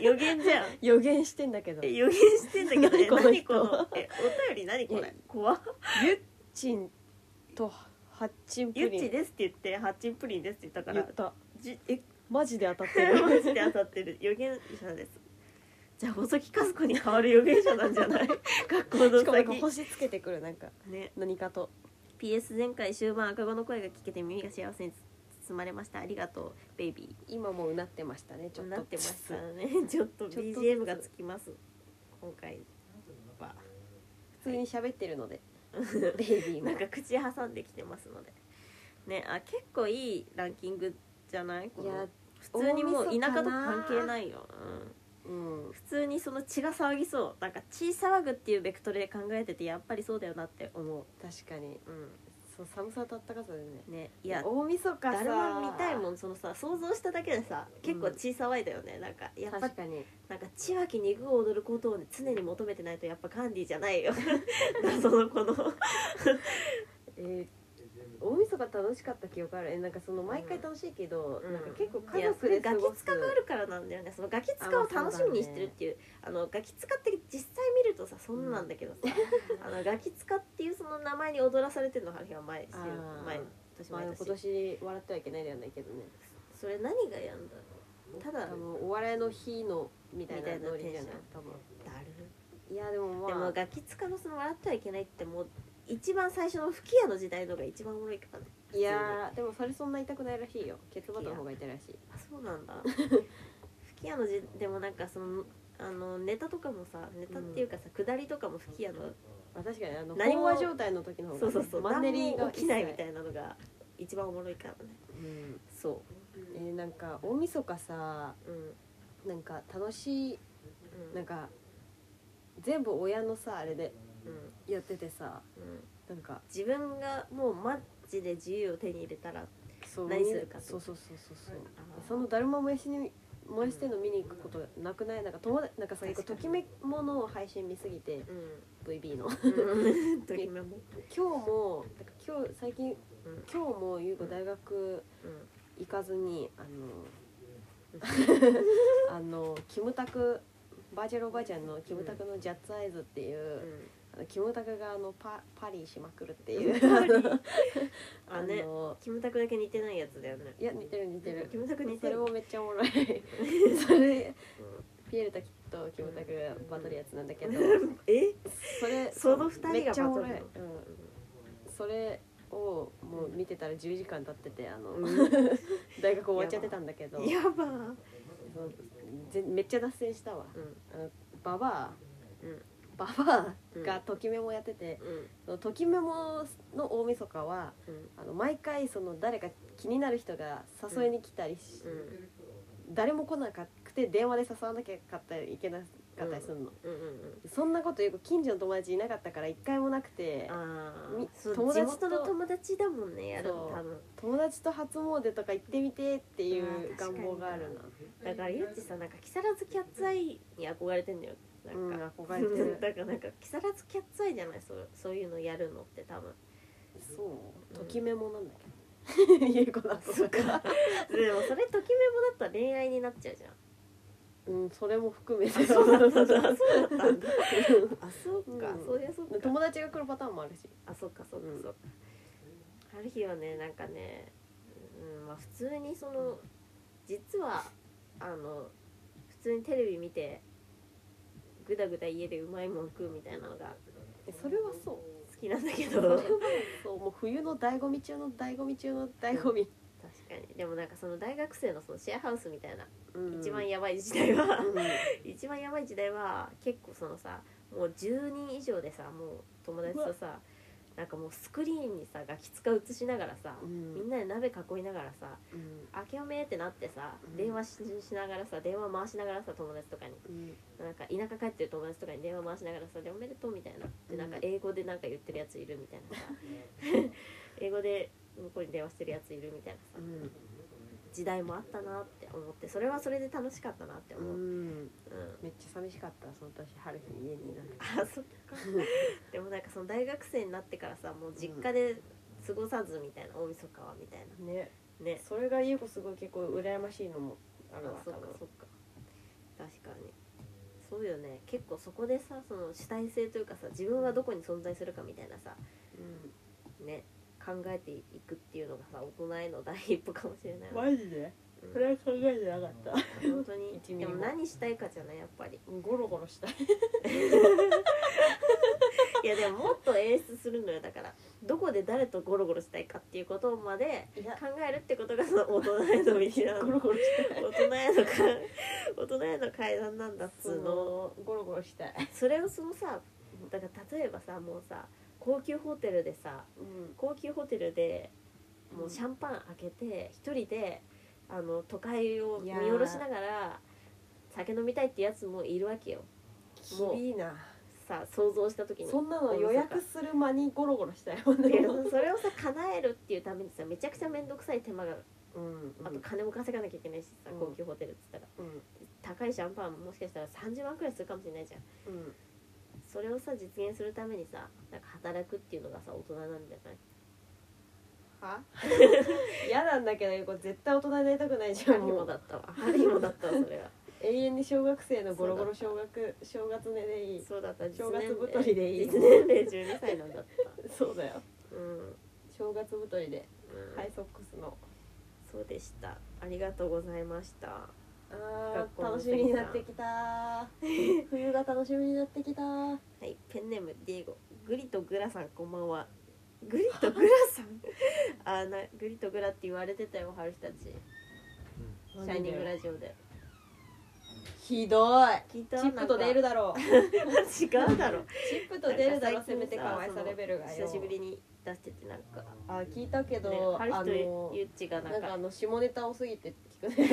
予言じゃん 予言してんだけどえ 予言してんだけどえこの何こ人のえお便り何こいやれ怖ゆっちんとハッチンプゆっリンちですって言ってハッチンプリンですって言ったか言らったじえマジで当たってるマジで当たってる予言者ですじゃあ細木和子に代わる予言者なんじゃない 学校のしかもなんか先星つけてくるなんかね何かと PS 前回終盤赤子の声が聞けて耳が幸せに包まれましたありがとうベイビ今もうなってましたねちょーっとなってましたねちょっと ちょっと BGM がつきます今回は普通に喋ってる のでベイビーなんもか口挟んできてますのでねあ結構いいランキングじゃないこいやの普通にもう大晦日田舎かなとか関係ないよ、うんうん普通にその血が騒ぎそうなんか血騒ぐっていうベクトルで考えててやっぱりそうだよなって思う確かにうそう寒さと暖かさでねんねいや大晦日ださるま見たいもんそのさ想像しただけでさ結構血騒いだよね、なんかやっぱ確かになんか血湧き肉を踊ることを、ね、常に求めてないとやっぱカンディじゃないよ 謎のこのえー、大晦日楽しかった記憶あるえなんかその毎回楽しいけど、うんなんか結構い家やそ族れでガ過キごすツカがあるからなんだよねそのガキツカを楽しみにしてるっていうあのガキツカって実際見るとさそんななんだけどさ、あのガキツカっていうその名前に踊らされてるの春日は前週あー前年まあ、前年今年笑ってはいけないではないけどねそれ何がやんだろうただ多分お笑いの日のみたいなみたいなノリじゃなテンいション多分だるいやでもまあでもガキ使のその笑ってはいけないってもう一番最初の吹き矢の時代のが一番おもろいからねいやーでもそれそんな痛くないらしいよケツバトの方が痛いらしいあそう なんだ吹き矢の時でもなんかそのあのネタとかもさネタっていうかさ、下りとかも吹き矢のまあ確かにあの何飽も和状態の時の方がそうそうそうマンネリ何がも起きないみいたいなのが一番おもろいからねうんそえーなんか大晦日さううんなんか楽しいうんなんか全部親のさあれでうんやっててさうんなんか自分がもうマジで自由を手に入れたらそう何するかってそうそうそうそうそうあーそのだるま燃やしに燃やしてんの見に行くことなくないなんか友達なんかさ確かにときめものを配信見すぎてうん VB のうん ときめも今日もなんか今日最近うん今日もゆうこ大学うん行かずにあ のあのキムタクバーチャルおばあちゃんのキムタクのジャッツアイズっていうう、んあのキムタクがあのパパリしまくるっていう あねのキムタクだけ似てないやつだよねいや似てる似てるキムタク似そてれるもめっちゃおもろいそれピエールタキとキムタクがバトルやつなんだけど えそれその二人がめっちゃおもろい、バうトんル、それをもう見てたら10時間経っててあの、う大学終わっちゃってたんだけ どやばそうぜめっちゃ脱線したわうんババア、うんババうんアがときメモやってて、うんそのときメモの大晦日はうんあの毎回その誰か気になる人が誘いに来たりし、うん誰も来なくて電話で誘わなきゃかったりいけなかったりするの、うんうんそんなことよく近所の友達いなかったから一回もなくてあみそう友達地と元の友達だもんねやるのそう多分友達と初詣とか行ってみてっていうあー願望があるなだからゆっちさなんか木更津キャッツアイに憧れてんだよなうんんか、憧れてるだから なんか木更津キャッツアイじゃないそうそういうのやるのって多分そううとんきメモなんだけどゆうこだとかでもそれときめもだったら恋愛になっちゃうじゃん うんそれも含めて そうだったんだそうだったんだうんあそうか、うんそうやそうか友達が来るパターンもあるしあそっかそっかうんそっか、ある日はねなんかね、うんまあ、普通にその実はあの普通にテレビ見てぐだぐだ家でうまいもん食うみたいなのがえそれはそう好きなんだけそどれは確かそうもう冬の醍醐味中の醍醐味中の醍醐味、にでもなんかその大学生のそのシェアハウスみたいな、うん一番やばい時代は うん一番やばい時代は結構そのさもう10人以上でさもう友達とさなんかもうスクリーンにさガキ使映しながらさ、みんなで鍋囲いながらさうん「明けおめ」ってなってさ、うん電話ししながらさ電話回しながらさ友達とかにうんなんか田舎帰ってる友達とかに電話回しながらさ「でおめでとう」みたいなでうんなんか英語でなんか言ってるやついるみたいなさ英語で向こうに電話してるやついるみたいなさうん時代もあったなって思ってそれはそれで楽しかったなってう思う、うんんめっちゃ寂しかったその年春日家にいなくてあそっ かでもなんかその大学生になってからさもう実家で過ごさずみたいな大晦日はみたいねなねそれが優子すごい結構羨ましいのもああるわそ多っか分そっか確かにそうよね結構そこでさその主体性というかさ自分はどこに存在するかみたいなさね考えていくっていうのがさ大人への第一歩かもしれないわ、マジでうんそれは考えてなかった本当に一ミリでもも何したいかじゃないやっぱりゴロゴロしたいいやでももっと演出するのよだからどこで誰とゴロゴロしたいかっていうことまでいや考えるってことがその大人への道なゴのロゴロしたい大人へのか大人への階段なんだっつそうのゴロゴロしたいそれをそのさだから例えばさもうさ高級ホテルでさうん高級ホテルでもうシャンパン開けて一人であの都会を見下ろしながら酒飲みたいってやつもいるわけよもうきびいなさ想像した時にそんなの予約する間にゴロゴロ したいもんねいやそれをさ叶えるっていうためにさめちゃくちゃ面倒くさい手間がうんあと金も稼がなきゃいけないしさうん高級ホテルっつったらうん高いシャンパンももしかしたら30万くらいするかもしれないじゃんうんそれをさ実現するためにさなんか働くっていうのがさ大人なんじゃないは 嫌なんだけど優子絶対大人になりたくないじあゃるん日ももうだ ったわある日もだったわそれは永遠に小学生のゴロゴロ小学正月寝でい いそうだった正月太りでいい実年齢12歳なんだったそうだようん、うん正月太りでハイソックスのそうでしたありがとうございましたあ学校ーの楽しみになってきた冬が楽しみになってきたはい、ペンネームディエゴ。グリとグラさん、こんばんは。グリとグラさん。 あーな、グリとグラって言われてたよ、春日たち。シャイニングラジオで。ひどい聞いチた。ップと出るだろうなんか 違うだろ。チップと出るだろなんか最近させめて可愛さレベルがよ久しぶりに出してて、なんか。ね、あ聞いたけど、春あ日とのゆっちが、ななんんかあか。の下ネタ多すぎて 聞くね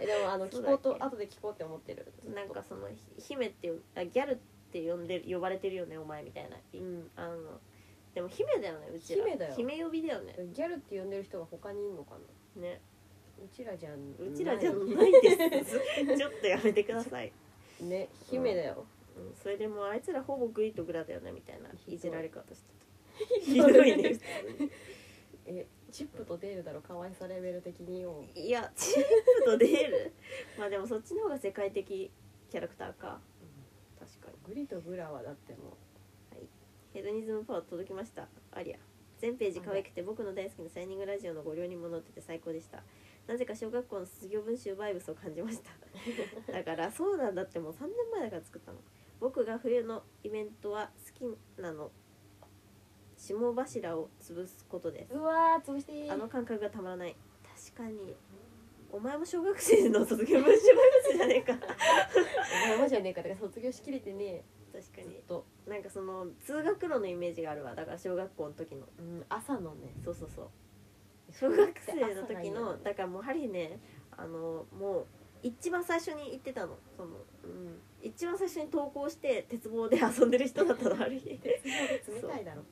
えでもあのそ聞うだっこうけと後で聞こうって思ってるなんか、その、ひ姫っていう、あ、ギャルって呼んでる、呼ばれてるよね、お前みたいな。うんあの。でも、姫だよね、うちら。姫だよ姫呼びだよね。ギャルって呼んでる人が他にいるのかなね。うちらじゃんうちらじゃないない です。ちょっとやめてください。 ね姫だよ、うんそれでもうあいつらほぼグイとグラだよねみたいなひどいいじられ方してたひひどどいい ねえチップとデールだろ可愛さレベル的によいやチップとデールまあでもそっちの方が世界的キャラクターか確かにグリとグラはだってもヘドニズムパワー届きましたアリア全ページ可愛くて僕の大好きな「シャイニングラジオ」のご両にも載ってて最高でしたなぜか小学校の卒業文集バイブスを感じました だからそうなんだってもう3年前だから作ったの僕が冬のイベントは好きなの霜柱を潰すことですううわー潰していいあの感覚がたまらない確かにお前も小学生の卒業文集バイブスじゃねえか確お前マジやねえかだから卒業しきれてねかえずっにと、なんかその通学路のイメージがあるわだから小学校の時のうん、朝のねそうそうそう小学生の朝がい時いよのねだからもうハリーねあのもう一番最初に行ってたのそのうん一番最初に登校して鉄棒で遊んでる人だったのハリー鉄棒で冷たいだろ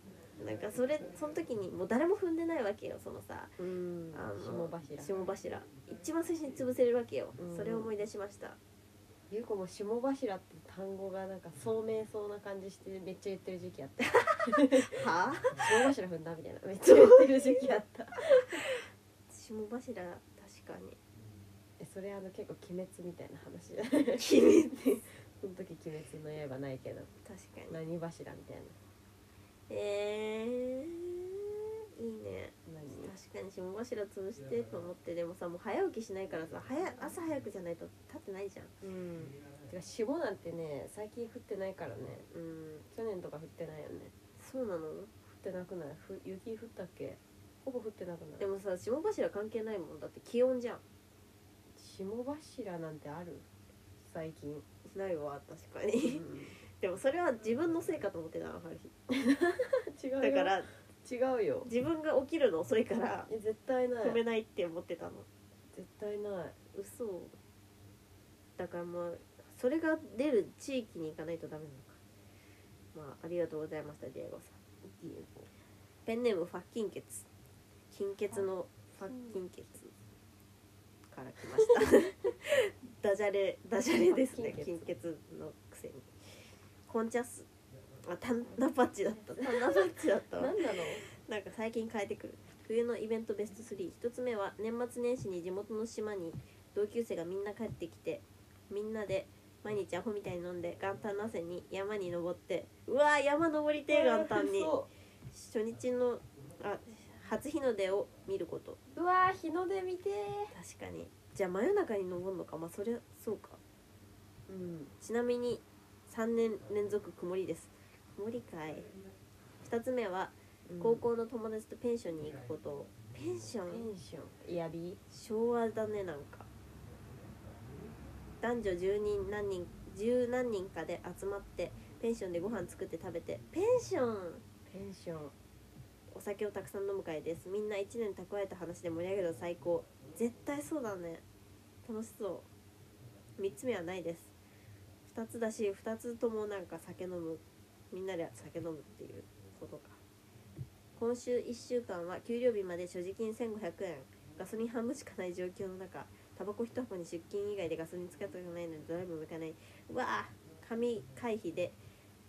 なんかそれその時にもう誰も踏んでないわけよそのさうんあの霜柱霜柱一番最初に潰せるわけよ、うんそれを思い出しましたゆうこも霜柱って単語がなんか聡明そうな感じしてめっちゃ言ってる時期あったはあ霜柱踏んだみたいな めっちゃ言ってる時期あった霜柱確かに えそれあの結構鬼滅みたいな話だ君って その時鬼滅の刃ないけど確かに何柱みたいなえいいね何確かに霜柱潰してと思ってでもさもう早起きしないからさ早朝早くじゃないと立ってないじゃんうんてか霜なんてね最近降ってないからねうん去年とか降ってないよねそうなの降ってなくないふ雪降ったっけほぼ降ってなくなでいもさ霜柱関係ないもんだって気温じゃん霜柱なんてある最近、ないわ確かうにん でもそれは自分のせいかと思ってたある日違うよだから違うよ自分が起きるの遅いからえ絶対ない止めないって思ってたの絶対ない嘘だからもうそれが出る地域に行かないとダメなのかまあありがとうございましたディエゴさんペンネームファッキンケツ金欠のファッキンケツから来ましたダジャレダジャレですねファッキ金ン欠のくせにコンチャスあタンナパッチだったタンナパッチだったわなんだろなんか最近変えてくる冬のイベントベスト3一つ目は年末年始に地元の島に同級生がみんな帰ってきてみんなで毎日アホみたいに飲んで元旦の朝に山に登ってうわー山登りてー元旦うにそ初日のあ初日の出を見ることううわー日の出見て確かにじゃあ真夜中に登るのかまあそりゃそうかーうんちなみに3年連続曇りです曇りかい2つ目は高校の友達とペンションに行くことペンションペンションやり昭和だねなんか男女10人何人10何人かで集まってペンションでご飯作って食べてペンションペンションお酒をたくさん飲む会ですみんな1年蓄えた話で盛り上げるの最高絶対そうだね楽しそう3つ目はないです2つだし2つともなんか酒飲むみんなで酒飲むっていうことか今週1週間は給料日まで所持金1500円ガソリン半分しかない状況の中タバコ1箱に出勤以外でガソリン使ったことないのでドライブも行かないうわあ紙回避で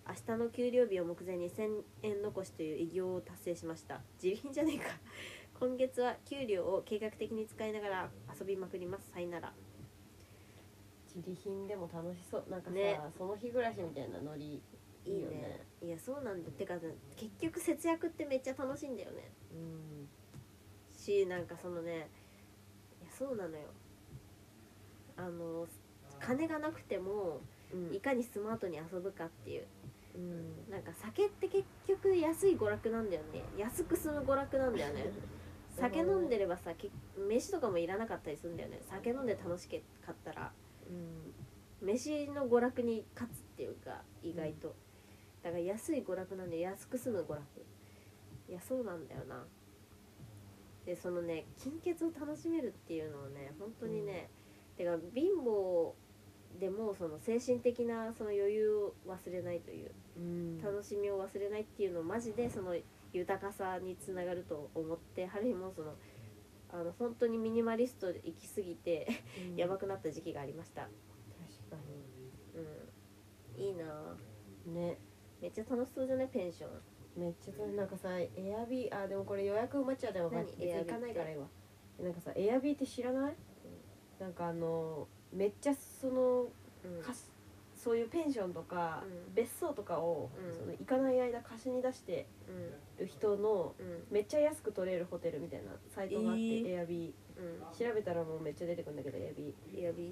明日の給料日を目前に1000円残しという偉業を達成しました自利品じゃねえか 今月は給料を計画的に使いながら遊びまくりますさいなら自利品でも楽しそうなんかさ、ねその日暮らしみたいなノリいいいいよよねねいやそうなんだってか結局節約ってめっちゃ楽しいんだよねうんしなんかそのねいやそうなのよあの金がなくてもうんいかにスマートに遊ぶかっていううんなんか酒って結局安い娯楽なんだよね安く済む娯楽なんだよね酒飲んでればさけ飯とかもいらなかったりするんだよね酒飲んで楽しかったらうん飯の娯楽に勝つっていうか意外と、だから安い娯楽なんで安く済む娯楽いやそうなんだよなでそのね金欠を楽しめるっていうのをね本当にね、てか貧乏でもその精神的なその余裕を忘れないといううん楽しみを忘れないっていうのをマジでその豊かさにつながると思って春日もそのあの本当にミニマリストで行き過ぎてうんやばくなった時期がありました確かうんいいなあにねめっちゃ楽しそうじゃないペンションめっちゃそれなんかさエアビーあでもこれ予約埋まっちゃうでも何別エアビーにって行かないから今なんかさエアビーって知らないなんかあのめっちゃそのうん貸しそういうペンションとか、うん別荘とかを、うんその行かない間貸しに出してうんる人のうんめっちゃ安く取れるホテルみたいなサイトがあって、えーエアビー調べたらもうめっちゃ出てくるんだけどエアビうんやびー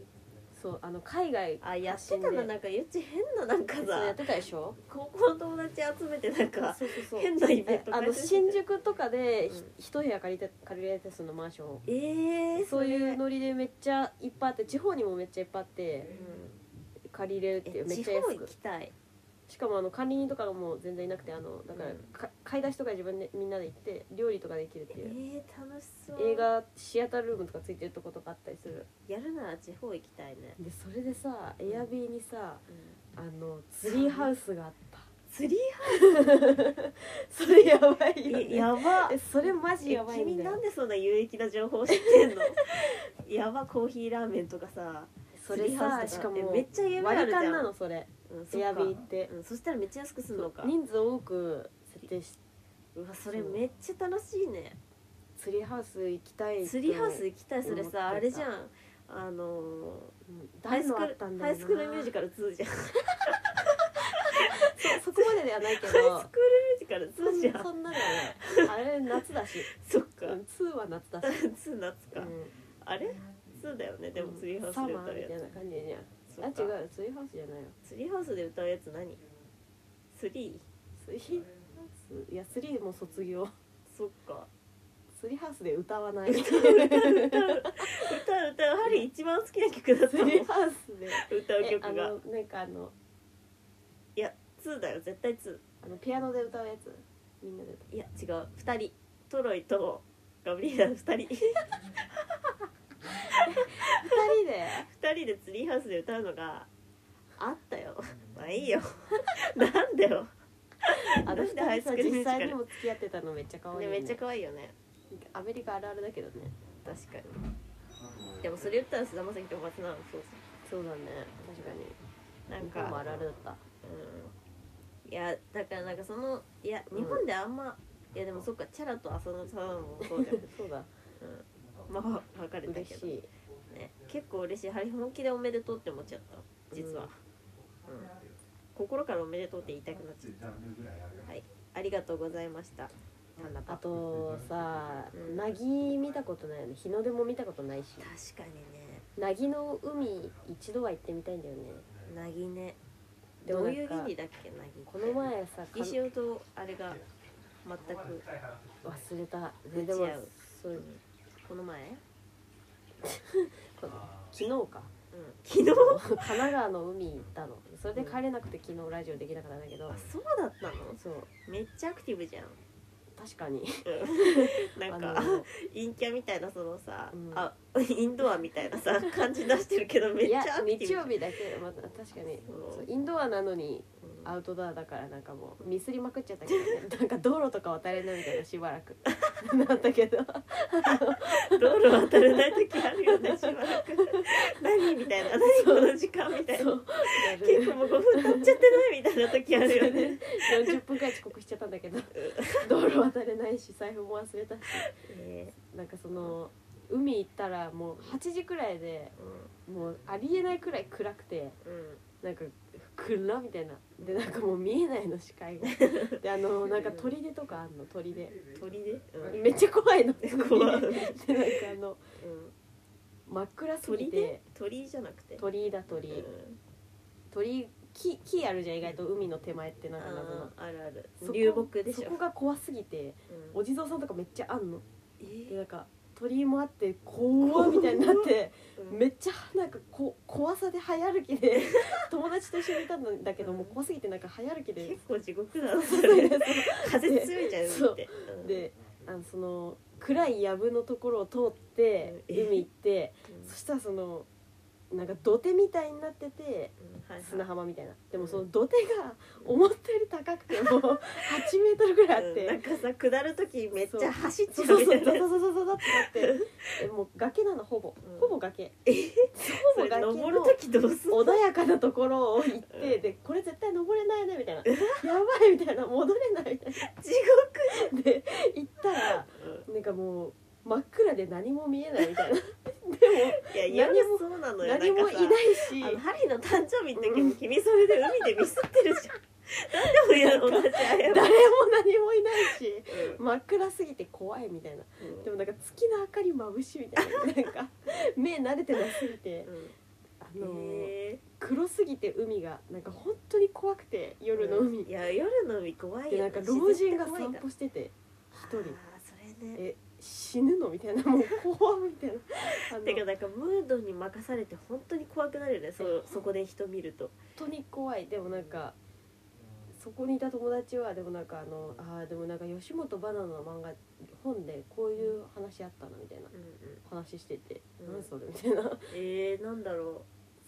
そうあの海外あやってたのなんかゆっち変ななんかそうやっさてたでしょ高校の友達集めてなんかそうそうそう変なイベントあ開催のしてた新宿とかでうんひ一部屋借りて借りられてそのマンションをえー、そういうれノリでめっちゃいっぱいあって地方にもめっちゃいっぱいあってうん借りれるっていえうめっ地ちゃ安方行くきたいしかもあの管理人とかがもう全然いなくてあのだからうんか買い出しとか自分でみんなで行って料理とかできるってえいうー、楽しそう映画シアタールームとかついてるとことかあったりするやるなら地方行きたいね、でそれでさエアビーにさうんあのツリーハウスがあったツリー それやばいよ、えね、や ばえそれマジやばいえん君だなよんでそんな有益な情報を知ってんの やばコーヒーラーメンとかさそツれさしリーハかウスともえめっちゃ夢あ割るりじゃん勘なのそれうんそっエかアビーってうん、そしたらめっちゃ安くすんのか人数多く設定しうわそれめっちゃ楽しいねツリーハウス行きたいツリーハウス行行きたいそれ思ってたさあれじゃんあのーハ大イスのクあーったんルだハよイなスクールミュージカル2じゃんハイスそこまでではないけクールミュどージカからそ2んじゃんそんなのはあれ夏だしそっ かうん2は夏だし、 2夏かうんあれ2だよねでもツリーハウスサでマ歌ーうみやたいなつ感じじゃんそあっか違うツリーハウスじゃないよツリーハウスで歌うやつ何 ?3? ツリーハウスいやスリーも卒業そっかスリーハウスで歌わないス リ歌う歌うハリー一番好きな曲だったもんーハウス で歌うえあ曲がのなんかあのいや2だよ絶対2あのピアノで歌うやつみんなで歌ういや違う2人トロイとガブリエラの2人 2二人で人でツリーハウスで歌うのがあったよまあいい よなんだよあなのんでハ二イス人さクールミュ実ージカル際にも付き合ってたのめっちゃ可愛いねよめねっちゃ可愛いよねアメリカあるあるだけどね確かにでもそれ言ったら菅田将暉と松永のそうそうだね確かにそうなん日本もかあるあるだったうんいやだからなんかそのいや日本であんま、いやでもそっかチャラと浅野さんもそうじ ゃんそうだまあ別れた嬉けしど、いね、結構嬉しいハリ本気でおめでとうって思っちゃった実は、うん心からおめでとうって言いたくなっちゃったはいありがとうございましたなんだあかとさうんなぎ見たことないよね日の出も見たことないし確かにねなぎの海一度は行ってみたいんだよねなぎねでもどなうんかいう原理だっけなぎこの前さか石潮とあれが全く、忘れたででも違うそうこの 前昨日 かうん昨日神奈川の海行ったのそれで帰れなくて昨日ラジオできなかったんだけどあそうだったのそうめっちゃアクティブじゃん確かになんあかの 陰キャみたいなそのさ、うんあ インドアみたいなさ感じ出してるけどめっいちゃやアクティブ日じゃ曜ん日だけまた確かにそうそうインドアなのにうんアウトドアだからなんかもうミスりまくっちゃったけど、ね、なんか道路とか渡れないみたいなしばらく なったけど道路渡れない時あるよねしばらく何みたいな何この時間みたいなそうやる結構もう5分経っちゃってないみたいな時あるよね40分くらい遅刻しちゃったんだけど道路渡れないし財布も忘れたしえなんかその海行ったらもう8時くらいでーうんもうありえないくらい暗くてうんなんか暗みたいなでなんかもう見えないの視界がであのなんか砦とかあんの砦鳥で、うんめっちゃ怖い の怖いでなんかあのうん、真っ暗すぎ鳥てで鳥じゃなくて鳥居だ鳥居うん鳥居木木あるじゃん意外と海の手前ってなんか謎のあーあるあるそこ流木でしそょこ、が怖すぎてうんお地蔵さんとかめっちゃあんのえでーなんか鳥居もあって怖っみたいになってうんめっちゃなんかこ怖さで早歩 きで友達と一緒にいたんだけどもう怖すぎてなんか早歩きで結構地獄だなそれ風強いじゃんそう海って、うん、であのその暗い藪のところを通ってうんえ海行ってうんそしたらそのなんか土手みたいになっててうんはいはい砂浜みたいなでうもんその土手が思ったより高くてもう 8メートルぐらいあっうんなんて。かさ下る時めっちゃ走っちそうゃそううみそたういザなザザザザザってなってえもう崖なのほぼ、うんほぼ崖ほぼそれ崖の登る時どうすんの穏やかなところを行って、うんでこれ絶対登れないねみたいなやばいみたいな戻れないみたい地なで行ったら獄なんかもう真っ暗で何も見えないみたいないや何夜もそうなのよ何もいないなんかしさあのハリーの誕生日の時も君それで海でミスってるじ ゃんなんでもや同じ誰も謝何もいないし真っ暗すぎて怖いみたいなうんでもなんか月の明かり眩しいみたいななん か目慣れてなすぎてうんあのへ黒すぎて海がなんか本当に怖くて夜の海、ーいや夜の海怖いでよなねんか老人が自然って散怖いから歩してて一人あーそれねえ死ぬのみたいなもう怖っみたいなあのてか本なんかムードに任されて本当に怖くなるよねそうそこで人見ると当に怖いでもなんかそこにいた友達はでもなんかあのあーでもなんか吉本ばなの漫画本でこういう話あったなみたいなうんうん話してて、うん何それみたいなえー、なんだろ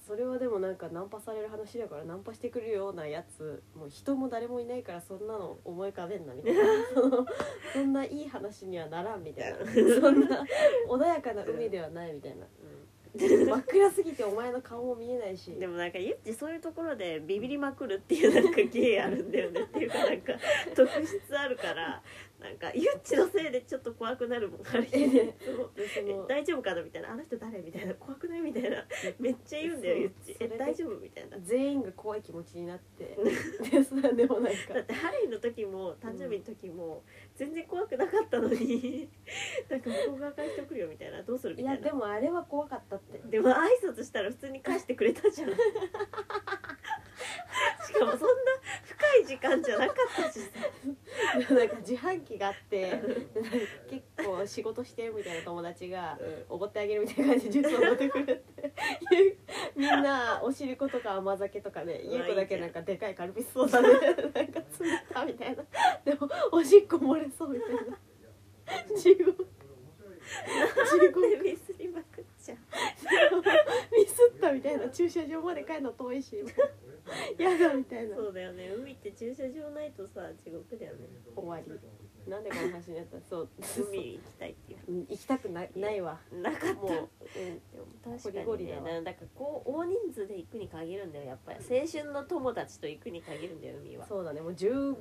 それはでもなんかナンパされる話だからナンパしてくるようなやつもう人も誰もいないからそんなの思い浮かべんなみたいなその そんないい話にはならんみたいなそんな穏やかな海ではないみたいなう、うん真っ暗すぎてお前の顔も見えないしでもなんかゆっちそういうところでビビりまくるっていうなんか芸あるんだよねっていうかなんか特質あるからなんかゆっちのせいでちょっと怖くなるもんある日ねそうでそえの大丈夫かなみたいなあの人誰みたいな怖くないみたい なめっちゃ言うんだよそうゆっちそえれで大丈夫みたいな全員が怖い気持ちになってでそれでもなんか だってハリーの時も誕生日の時も全然怖くなかったのに なんか向こう側返してくるよみたいなどうするみいたやいなでもあれは怖かったってでも挨拶したら普通に返してくれたじ ゃんしかもそんな深い時間じゃなかったしさでもなんか自販機があってなんか結構仕事してるみたいな友達がおごってあげるみたいな感じでジュースを持ってく るってゆみんなおしることか甘酒とかねうわゆう子だけなんかでかいカルピスソーダでなんかついたみたいなでもおしっこ漏れそうみたいな地獄地獄でミスりまくっちゃうミスったみたいな駐車場まで帰るの遠いしやだみたいなそうだよね海って駐車場ないとさ地獄だよね終わりなんでこの話になったそう海に行きたいっていううん行きたくないないわなかったもう、うんでも確かゴにリゴリねだわなんだかこう大人数で行くに限るんだよやっぱり青春の友達と行くに限るんだよ海はそうだねもう16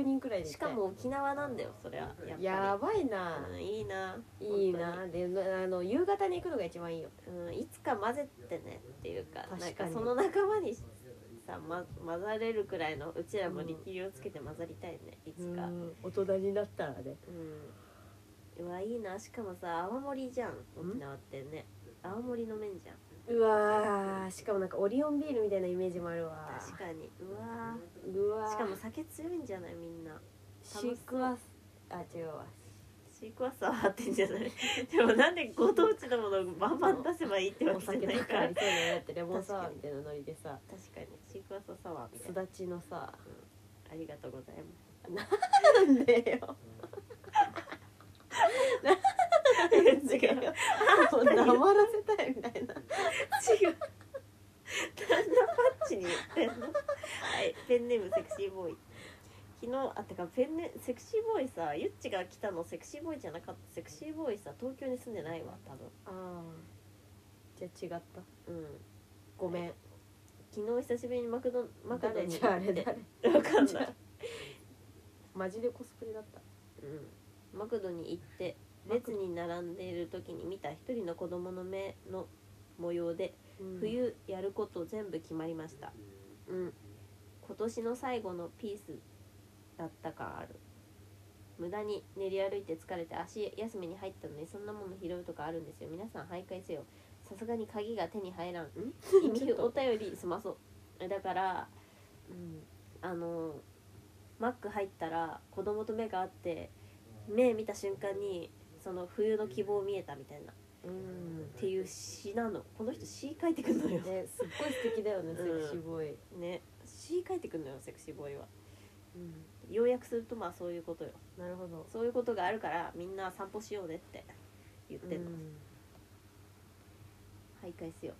人くらいで行きしたいかも沖縄なんだよそれはやっぱりやばいな、うんいいないいなであの夕方に行くのが一番いいよ本当にうん、いつか混ぜてねっていうか確かなんにかその仲間にさ、ま、混ざれるくらいのうちらも力量つけて混ざりたいねいつか大人になったらねうんうわいいなしかもさ泡盛じゃん沖縄ってね泡盛飲めんじゃんうわーしかもなんかオリオンビールみたいなイメージもあるわ確かにうわうわーーしかも酒強いんじゃないみんなシークワースあ違うわシークワーサーは合ってんじゃない でもなんでご当地のものをバンバン出せばいいってわおけじゃ酒なといかからあ確りそうだねだってレモンサワーみたいなノリでさかにシークワーサーサワーみたすいなだちのさありがとうございますなんでよなんでよもう黙らせたいみたいな違う。何のパッチに言ってんの。はい、ペンネームセクシーボーイ。昨日あてかペンネセクシーボーイさゆっちが来たのセクシーボーイじゃなかったセクシーボーイさ東京に住んでないわ多ああじゃあ違った分うんごめん昨日久しぶりにマクドマクド誰にじゃああれで誰分かんじなゃいあ、マジでコスプレだったうん、マクドに行って列に並んでいる時に見た一人の子供の目の模様で冬冬やること全部決まりましたうん今年の最後のピースだった感ある無駄に練り歩いて疲れて足休みに入ったのにそんなもの拾うとかあるんですよ皆さん徘徊せよさすがに鍵が手に入らん意味お便り済ま そうだから、うん、あのマック入ったら子供と目が合って目見た瞬間にその冬の希望見えたみたいなっうんていう詩なのこの人詩書いてくんのよねすっごい素敵だよねセうんクシーボーイね詩書いてくんのよセクシーボーイはうん要約するとまあそういうことよなるほどそういうことがあるからみんな散歩しようねって言ってんの、うん徘徊せよ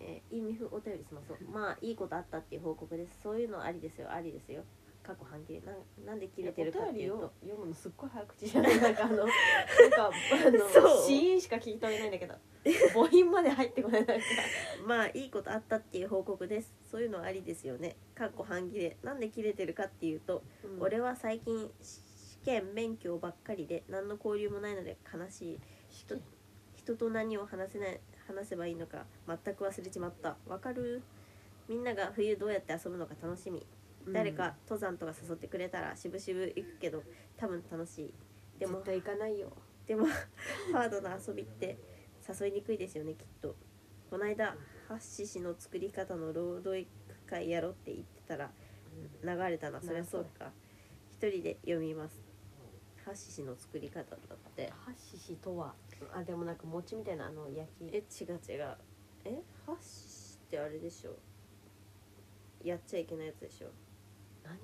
えー、いいみふお便りしまそうまあいいことあったっていう報告ですそういうのありですよありですよ過去半切れなんなんで切れてるかっていうお便とりを読むのすっごい早口 じゃないなんかあのなんかあそうのシーンしか聞いてあげないんだけど 母音まで入ってこないなんかまあいいことあったっていう報告ですそういうのありですよね過去半切れなんで切れてるかっていうと、俺は最近試験勉強ばっかりで何の交流もないので悲しい人人と何を話せない話せばいいのか全く忘れちまったわかるみんなが冬どうやって遊ぶのか楽しみ、誰か登山とか誘ってくれたらしぶしぶ行くけど多分楽しいでも絶対行かないよでもハードな遊びって誘いにくいですよねきっとこないだハッシシの作り方の朗読会やろうって言ってたら流れたなそりゃそうか一人で読みますハッシシの作り方だってハシシとはあでもなんか餅みたいなあの焼きえ違う違うえハッシーってあれでしょやっちゃいけないやつでしょ何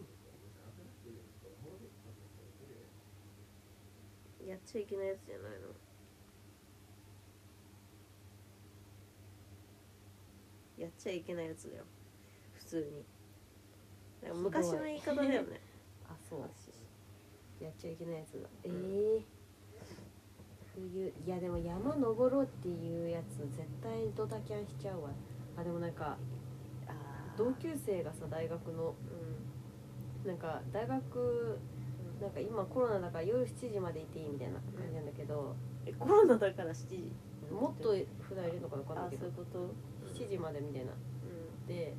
やっちゃいけないやつじゃないのやっちゃいけないやつだよ普通にだから昔の言い方だよねあそハうッシやっちゃいけないやつだ、うんええ冬いやでも山登ろうっていうやつ絶対ドタキャンしちゃうわあでもなんかーあー同級生がさ大学のうんなんか大学なんか今コロナだから夜7時までいていいみたいな感じなんだけど、えコロナだから7時もっと普段いるのか分かんなあいけそういどうことうん7時までみたいなで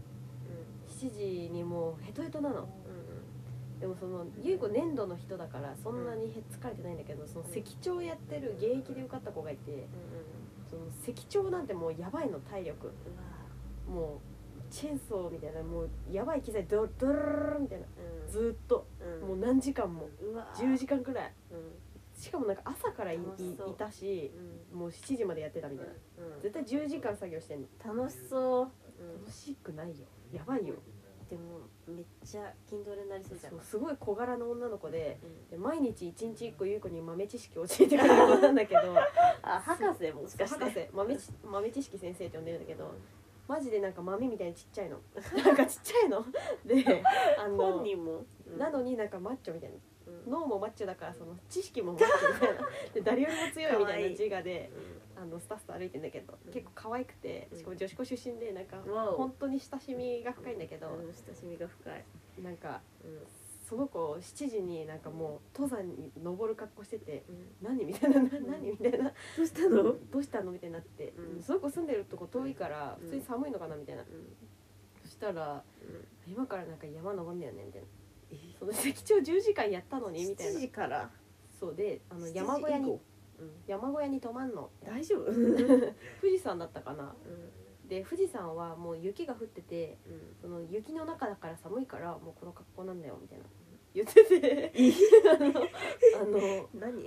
う7時にもうヘトヘトなのんうんでもその優子年度の人だからそんなにへ疲れてないんだけどその席長やってる現役で受かった子がいてうんその席長なんてもうやばいの体力うんうわもうチェーンソーみたいなもうやばい機材ドルドルルルみたいなうんずーっとうんもう何時間もうわ10時間くらいうんしかもなんか朝からいい楽しそういたしうんもう7時までやってたみたいなうん絶対10時間作業してんの楽しそううん楽しくないよやばいよでもめっちゃ筋トレになりそうじゃんそうすごい小柄の女の子でうんで毎日一日一個優子に豆知識を教えてくれる子なんだけどあ博士もしかして博士豆知豆知識先生って呼んでるんだけどマジでなんか豆みたいにちっちゃい のなんかちっちゃいので あの本人もなのになんかマッチョみたいなうん脳もマッチョだからその知識もマッチョみたいな で誰よりも強いみたかわいいない自我でうあのスタスタ歩いてんだけどうん結構可愛くてうんしかも女子校出身でなんかんわお本当に親しみが深いんだけどうん親しみが深いなんかうんその子7時になんかもう登山に登る格好しててうん何みたいなな何みたいなどうしたのうんどうしたのみたいになって、うんその子住んでるとこ遠いからうん普通に寒いのかなみたいな、そしたらうん今からなんか山登んだよねみたいなその石長10時間やったのにみたい7な時からそうであの7時山小屋以に降うん山小屋に泊まんの大丈夫うん富士山だったかなで富士山はもう雪が降っててうんその雪の中だから寒いからもうこの格好なんだよみたいな言ってて あのあの何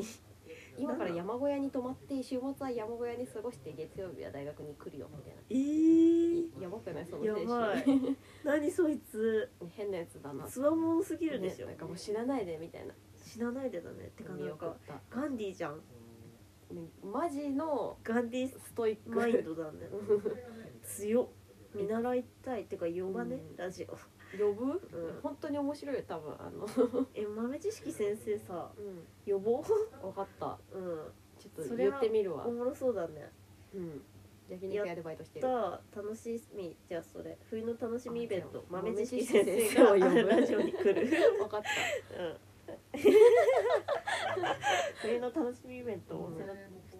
今から山小屋に泊まって週末は山小屋に過ごして月曜日は大学に来るよみたいなえーやばくないそのや精ばい神何そいつ変なやつだなつわものすぎるでしねょなんかもう知らないでみたいな死なないでだねてかな見ん送っかたガンディじゃんねマジのガンディストイックマインドだね強っ見習いたいってか呼ばね、うんラジオ呼ぶ、うん本当に面白いよ多分あの、え豆知識先生さう呼ぼん、分かったううんちょっそとれ言はってみるわおもろそうだねうん焼肉屋でバイトしてじるゃあ楽しみじゃあそれ冬の楽しみイベントあじゃあ豆知識先生が豆知識先生を呼ぶラジオに来る、分かった うん、冬の楽しみイベントを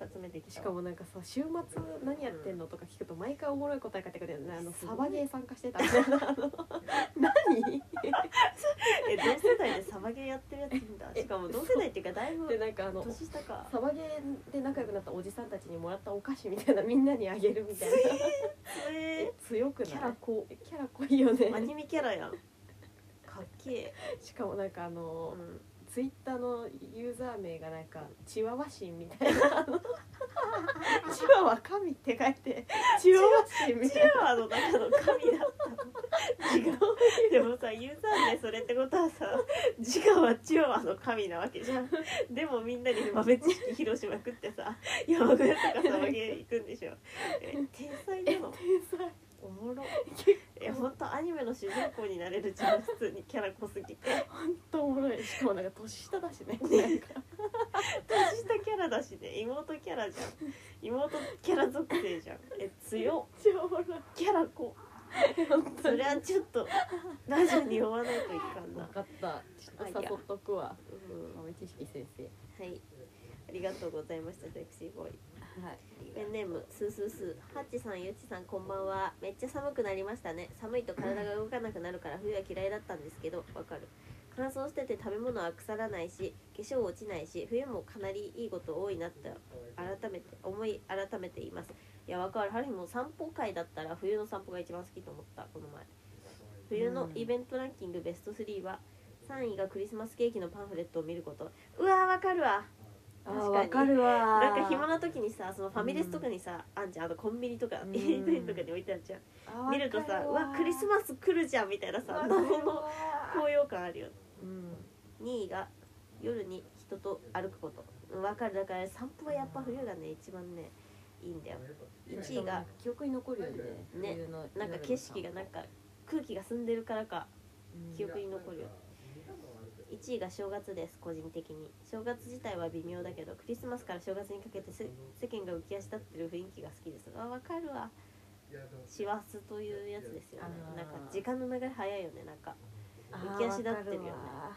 2つ目できしたかもなんかさ週末何やってんのとか聞くと毎回おもろい答え返ってくるよねあのすごいサバゲー参加してた みたいなあの何え同世代でサバゲーやってるやついるんだえしかも同世代っていうかだいぶでなんかあの年下かサバゲーで仲良くなったおじさんたちにもらったお菓子みたいなみんなにあげるみたいなええ強くーないキャラ濃えキャラ濃いよアねニメキャラやんかっけえ、しかもなんかあの、うんツイッターのユーザー名がなんかチワワ神みた いなあのチワワ神って書いてチワワ神みチたいなワワの中の神だったの違うでもさユーザー名それってことはさ自我はチワワの神なわけじ ゃんでもみんなに豆知識披露しまくってさ 山小屋とかサバゲー行くんでしょえ天才なの天才おもろえ本当アニメの主人公になれるじゃん普通にキャラ濃すぎて本当おもろいしかもなんか年下だしねなんか年下キャラだしね妹キャラじゃん妹キャラ属性じゃんえ強っ超おもろいキャラ濃本そ当にれはちょっとラジオに呼ばないといかん分な、かったちょっと誘っとくわ豆知識先生はいありがとうございましたセクシーボーイはいペンネームスースースーハッチさんゆっちさんこんばんはめっちゃ寒くなりましたね寒いと体が動かなくなるから冬は嫌いだったんですけどわかる乾燥してて食べ物は腐らないし化粧落ちないし冬もかなりいいこと多いなって改めて思い改めて言いますいやわかるハリーも散歩会だったら冬の散歩が一番好きと思ったこの前冬のイベントランキングベスト3は3位がクリスマスケーキのパンフレットを見ることうわーわかるわあ確かーにわかるわなんか暇な時にさそのファミレスとかにさ、あんじゃんあのコンビニとかうんイートインとかに置いてあるじゃん、見るとさうわクリススマス来るじゃんみたいなさ謎の高揚感あるよねうん2位が夜に人と歩くことうんわかるだから散歩はやっぱ冬がね一番ねいいんだよ1位が記憶に残るよねね冬のなんか景色がなんか空気が澄んでるからかうん記憶に残るよ1位が正月です個人的に正月自体は微妙だけどクリスマスから正月にかけてせ世間が浮き足立ってる雰囲気が好きですあわかるわ師走というやつですよねあーなんか時間の流れ早いよねなん浮あーき足立ってるよねわかるわ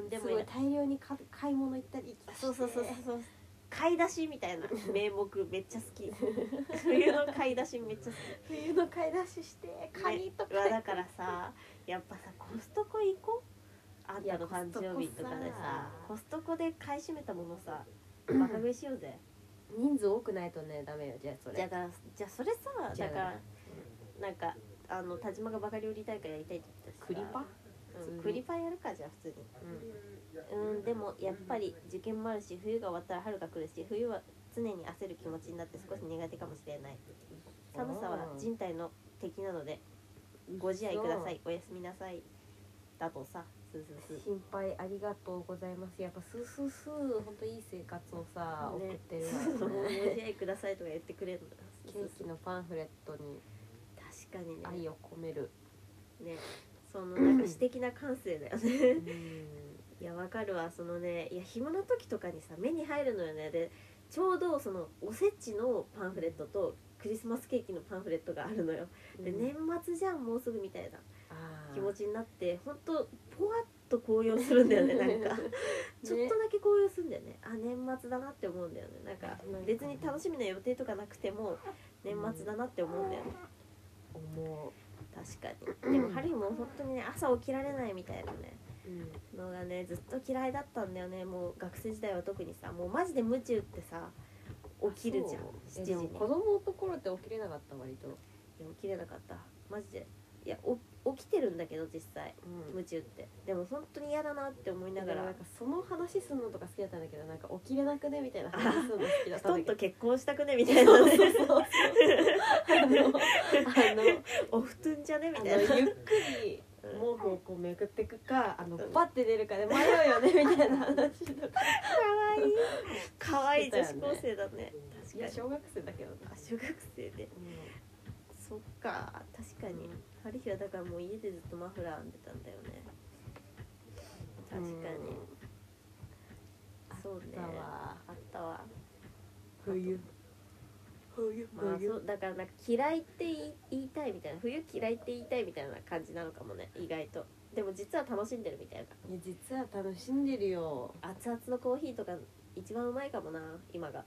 うんですもごい大量にか買い物行ったりそうそうそうそう買い出しみたいな名目めっちゃ好き冬の買い出しめっちゃ好冬の買い出ししてきカニとか、ねうわだからさやっぱさコストコ行こうあんたの誕生日とかでさココストコで買い占めたものさ バカ食いしようぜ人数多くないとねダメよじゃあそれだからじゃあそれさじゃだあからなんかあの田島がバカ料理大会やりたいって言ってたクリパ、うん、クリパやるかじゃあ普通にうん、うんでもやっぱり受験もあるし冬が終わったら春が来るし冬は常に焦る気持ちになって少し苦手かもしれない寒さは人体の敵なのでご自愛くださいおやすみなさいだとさすーすーす心配ありがとうございますやっぱスースースー本当いい生活をさ、ね送ってるーそうわごよね自愛くださいとか言ってくれるのケーキのパンフレットに確かにね愛を込める、ねそのなんか私的な感性だよねうんいやわかるわそのねいや暇な時とかにさ目に入るのよねでちょうどそのおせちのパンフレットとクリスマスケーキのパンフレットがあるのよで年末じゃんもうすぐみたいなあー気持ちになって本当ぽわっと紅葉するんだよ ねなんかちょっとだけ紅葉するんだよねあ年末だなって思うんだよねなんか別に楽しみな予定とかなくても年末だなって思うんだよね思確かにでもハリーも本当にね朝起きられないみたいなねう、うんのがねずっと嫌いだったんだよねもう学生時代は特にさもうマジで無知打ってさ起きるじゃんそ7う時えでにもい子供のところって起きれなかった割と、や起きれなかったマジでいやお起きてるんだけど実際うん夢中ってでも本当に嫌だなって思いなだかがららなんかその話すんのとか好きだったんだけどなんか起きれなくねみたいな話すんの好きだったとんん だとけど結婚したくねみたいなねあのあの お布団じゃねみあたいのなゆっくり毛布をこうめくっていくかあのバッて出るかで迷うよねみたいな 話とか可愛い可愛いしてた女よ子ね高生だねい確かやに小学生だけどあ小学生でそっか確かに、うんある日はだからもう家でずっとマフラー編んでたんだよね確かに、そうねだわあったわ冬冬まあそうだからなんか嫌いって言い言いたいみたいな冬嫌いって言いたいみたいな感じなのかもね意外とでも実は楽しんでるみたいないや実は楽しんでるよ熱々のコーヒーとか一番うまいかもな今が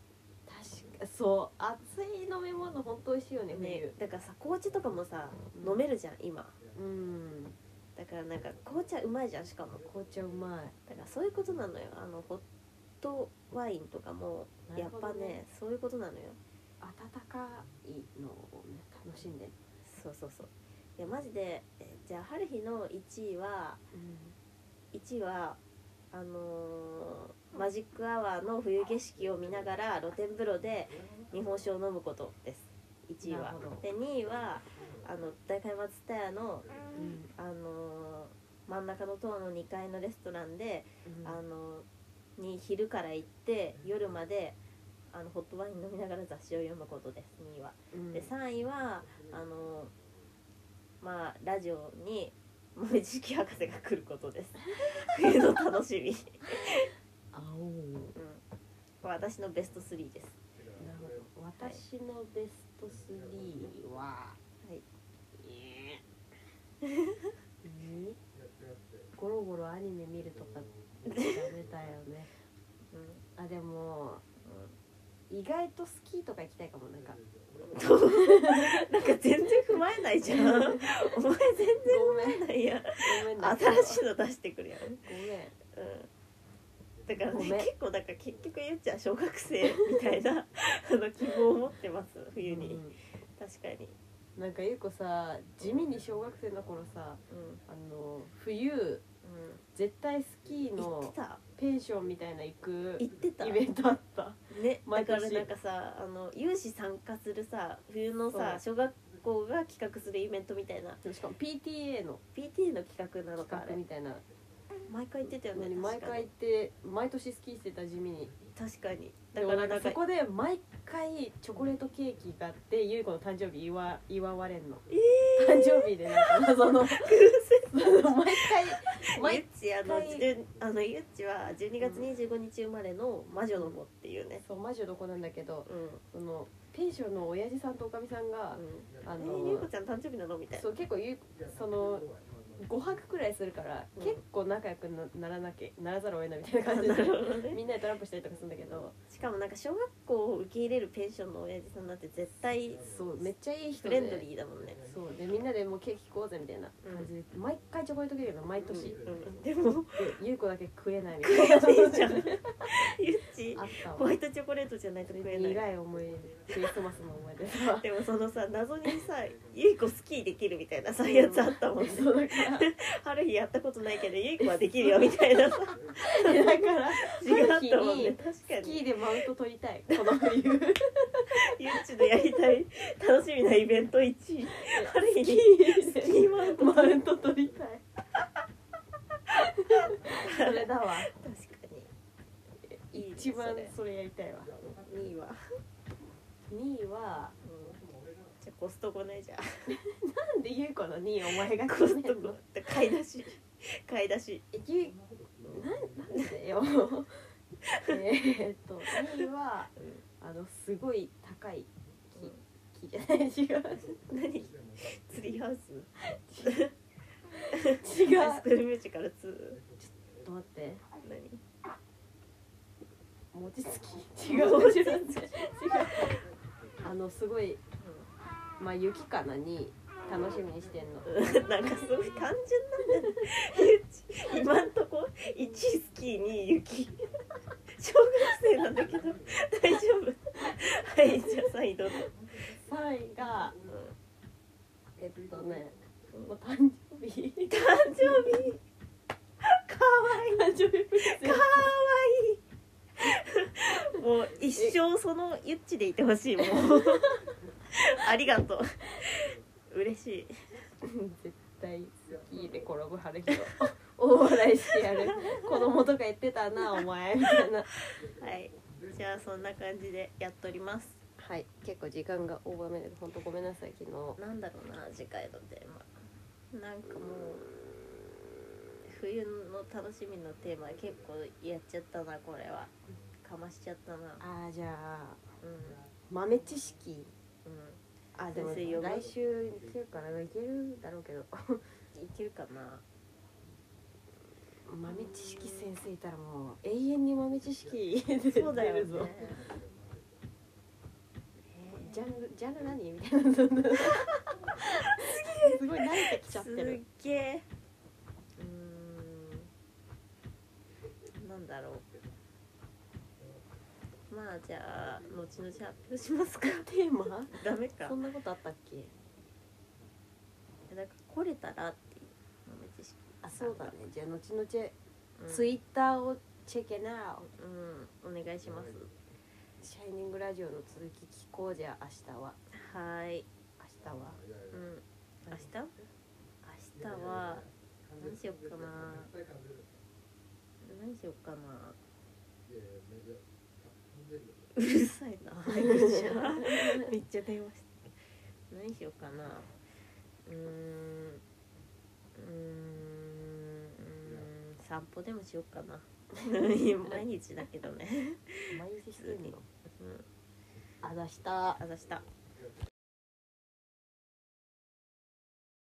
確かそう熱い飲み物本当美味しいよねねだ冬からさ紅茶とかもさうん飲めるじゃん今うんだからなんか紅茶うまいじゃんしかも紅茶うまいだからそういうことなのよあのホットワインとかもなやるっほぱどねそういうことなのよ温かいのをね楽しんでそうそうそういやマジでえじゃあ春日の1位は1位はあのーマジックアワーの冬景色を見ながら露天風呂で日本酒を飲むことです1位なはるほどで2位はあの大会松田屋のうんあのー真ん中の塔の2階のレストランで、うんあのーに昼から行って夜まであのホットワイン飲みながら雑誌を読むことです2位は。うんで3位はあのーまあラジオに森知識博士が来ること です冬の楽しみ、あおううん、これ私のベスト3ですなるほど私のベスト3は、はいえーゴロゴロアニメ見るとかダメだよ ねうんあでも意外とスキーとか行きたいかもなんかうん、なんか全然踏まえない じゃんお前全ご然踏まえないやんめんごめんだけど 新しいの出してくるやん、ごめうんん、だからごねめん結構だから結局ゆっちゃん小学生みたい なあの希望を持ってます冬に、う確かに、んなんかゆうこさ地味に小学生の頃さうんあの冬絶対スキーうん、行っのてたペンションみたいな行く行ってたイベントあったね、だ毎か年らなんかさあの有志参加するさ冬のさ小学校が企画するイベントみたいなしかも PTA の PT の企画なのかあ企画れみたいな毎回行ってたよね何毎回行って毎年スキーしてた地味に確かにで確もかにだかならんなかんかそこで毎回チョコレートケーキがあってゆい子の誕生日祝祝われんの、誕生日でなんか 謎のその 毎回ゆ毎っちあの毎回じゅあのゆっちは12月25日生まれの魔女の子っていうねそう魔女の子なんだけどうん、うんそのペンションの親父さんとおかみさんが、あえのー、ゆうこちゃん誕生日なのみたいなそう結構ゆいその5泊くらいするから、うん結構仲良くなならなきゃならざるを得ないみたいな感じで なるほどねみんなでトランプしたりとかするんだけどしかもなんか小学校を受け入れるペンションの親父さんなんて絶対そうめっちゃいいフ人でレンドリーだもんね、そうでみんなでもうケーキ食おうぜみたいな感じで、毎回チョコレートケーキだ毎年、でうん、でも優子だけ食えないみたいなえないじゃんゆっちあったホわワイトチョコレートじゃないと食えない苦い思い出クリスマスの思い出さでもそのさ謎にさゆい子スキーできるみたいなさやつあった もんねそうだから春日やったことないけどゆい子はできるよみたい なさだから 違ったもん ね確かスキーにでマウント取りたいこの冬でゆっちのやりたい楽しみなイベント1位春日にスキーマウントマウント取りたいそれだわ確かいいね一番それやりたいわに2位は、 2位はじゃあコストコねじゃあなんで優子の2位お前がコ決スめトんコのって買い出 し買い出しえゆいなんなんでよえーっと2位はあのすごい高い木木じゃない違う何ツリーハウス違うハイスクールミュージカル2ちょっと待って何餅つき違う餅つき違う違うあのすごいまあ雪かなに楽しみにしてんのうんなんかすごい単純なんだねゆっち今んとこ1スキー2雪小学生なんだけど大丈夫はいじゃあ3位どうぞ3位がうんえっとねもう誕生日誕生日かわいい誕生日プレゼンかわいいもう一生そのゆっちでいてほしいも うありがとう嬉しいト絶対スキーで転ぶ春日を 大笑いしてやる子供とか言ってた なお前みたいなはいじゃあそんな感じでやっておりますはい結構時間がオーバーめで本当ごめんなさい昨日なんだろうな次回のテーマなんかもう冬の楽しみのテーマ結構やっちゃったなこれはかましちゃったなあーじゃあうん豆知識うあでも来先生呼ぶ週いけるかないけるだろうけどんいけるか な豆知識先生いたらもう永遠に豆知識出るぞそうだよねジャンルジャンル何みたいなそんなすごい慣れてきちゃってすっるげえうーんなんだろうまあじゃあ後々発表しますか テーマダメかそんなことあったっけなんか来れたらっていう豆知識あそうだねじゃあ後々うんツイッターをチェケナウうん、お願いします。シャイニングラジオの続き聞こうじゃあ明日ははーい、明日はうん、明日。明日は、何しよっかな。何しよっかな。うるさいな。 めっちゃ電話して。何しようかな。うーん。うーん。うーん散歩でもしようか な。毎日だけどね。毎日してんのうんあ明日あ、明日。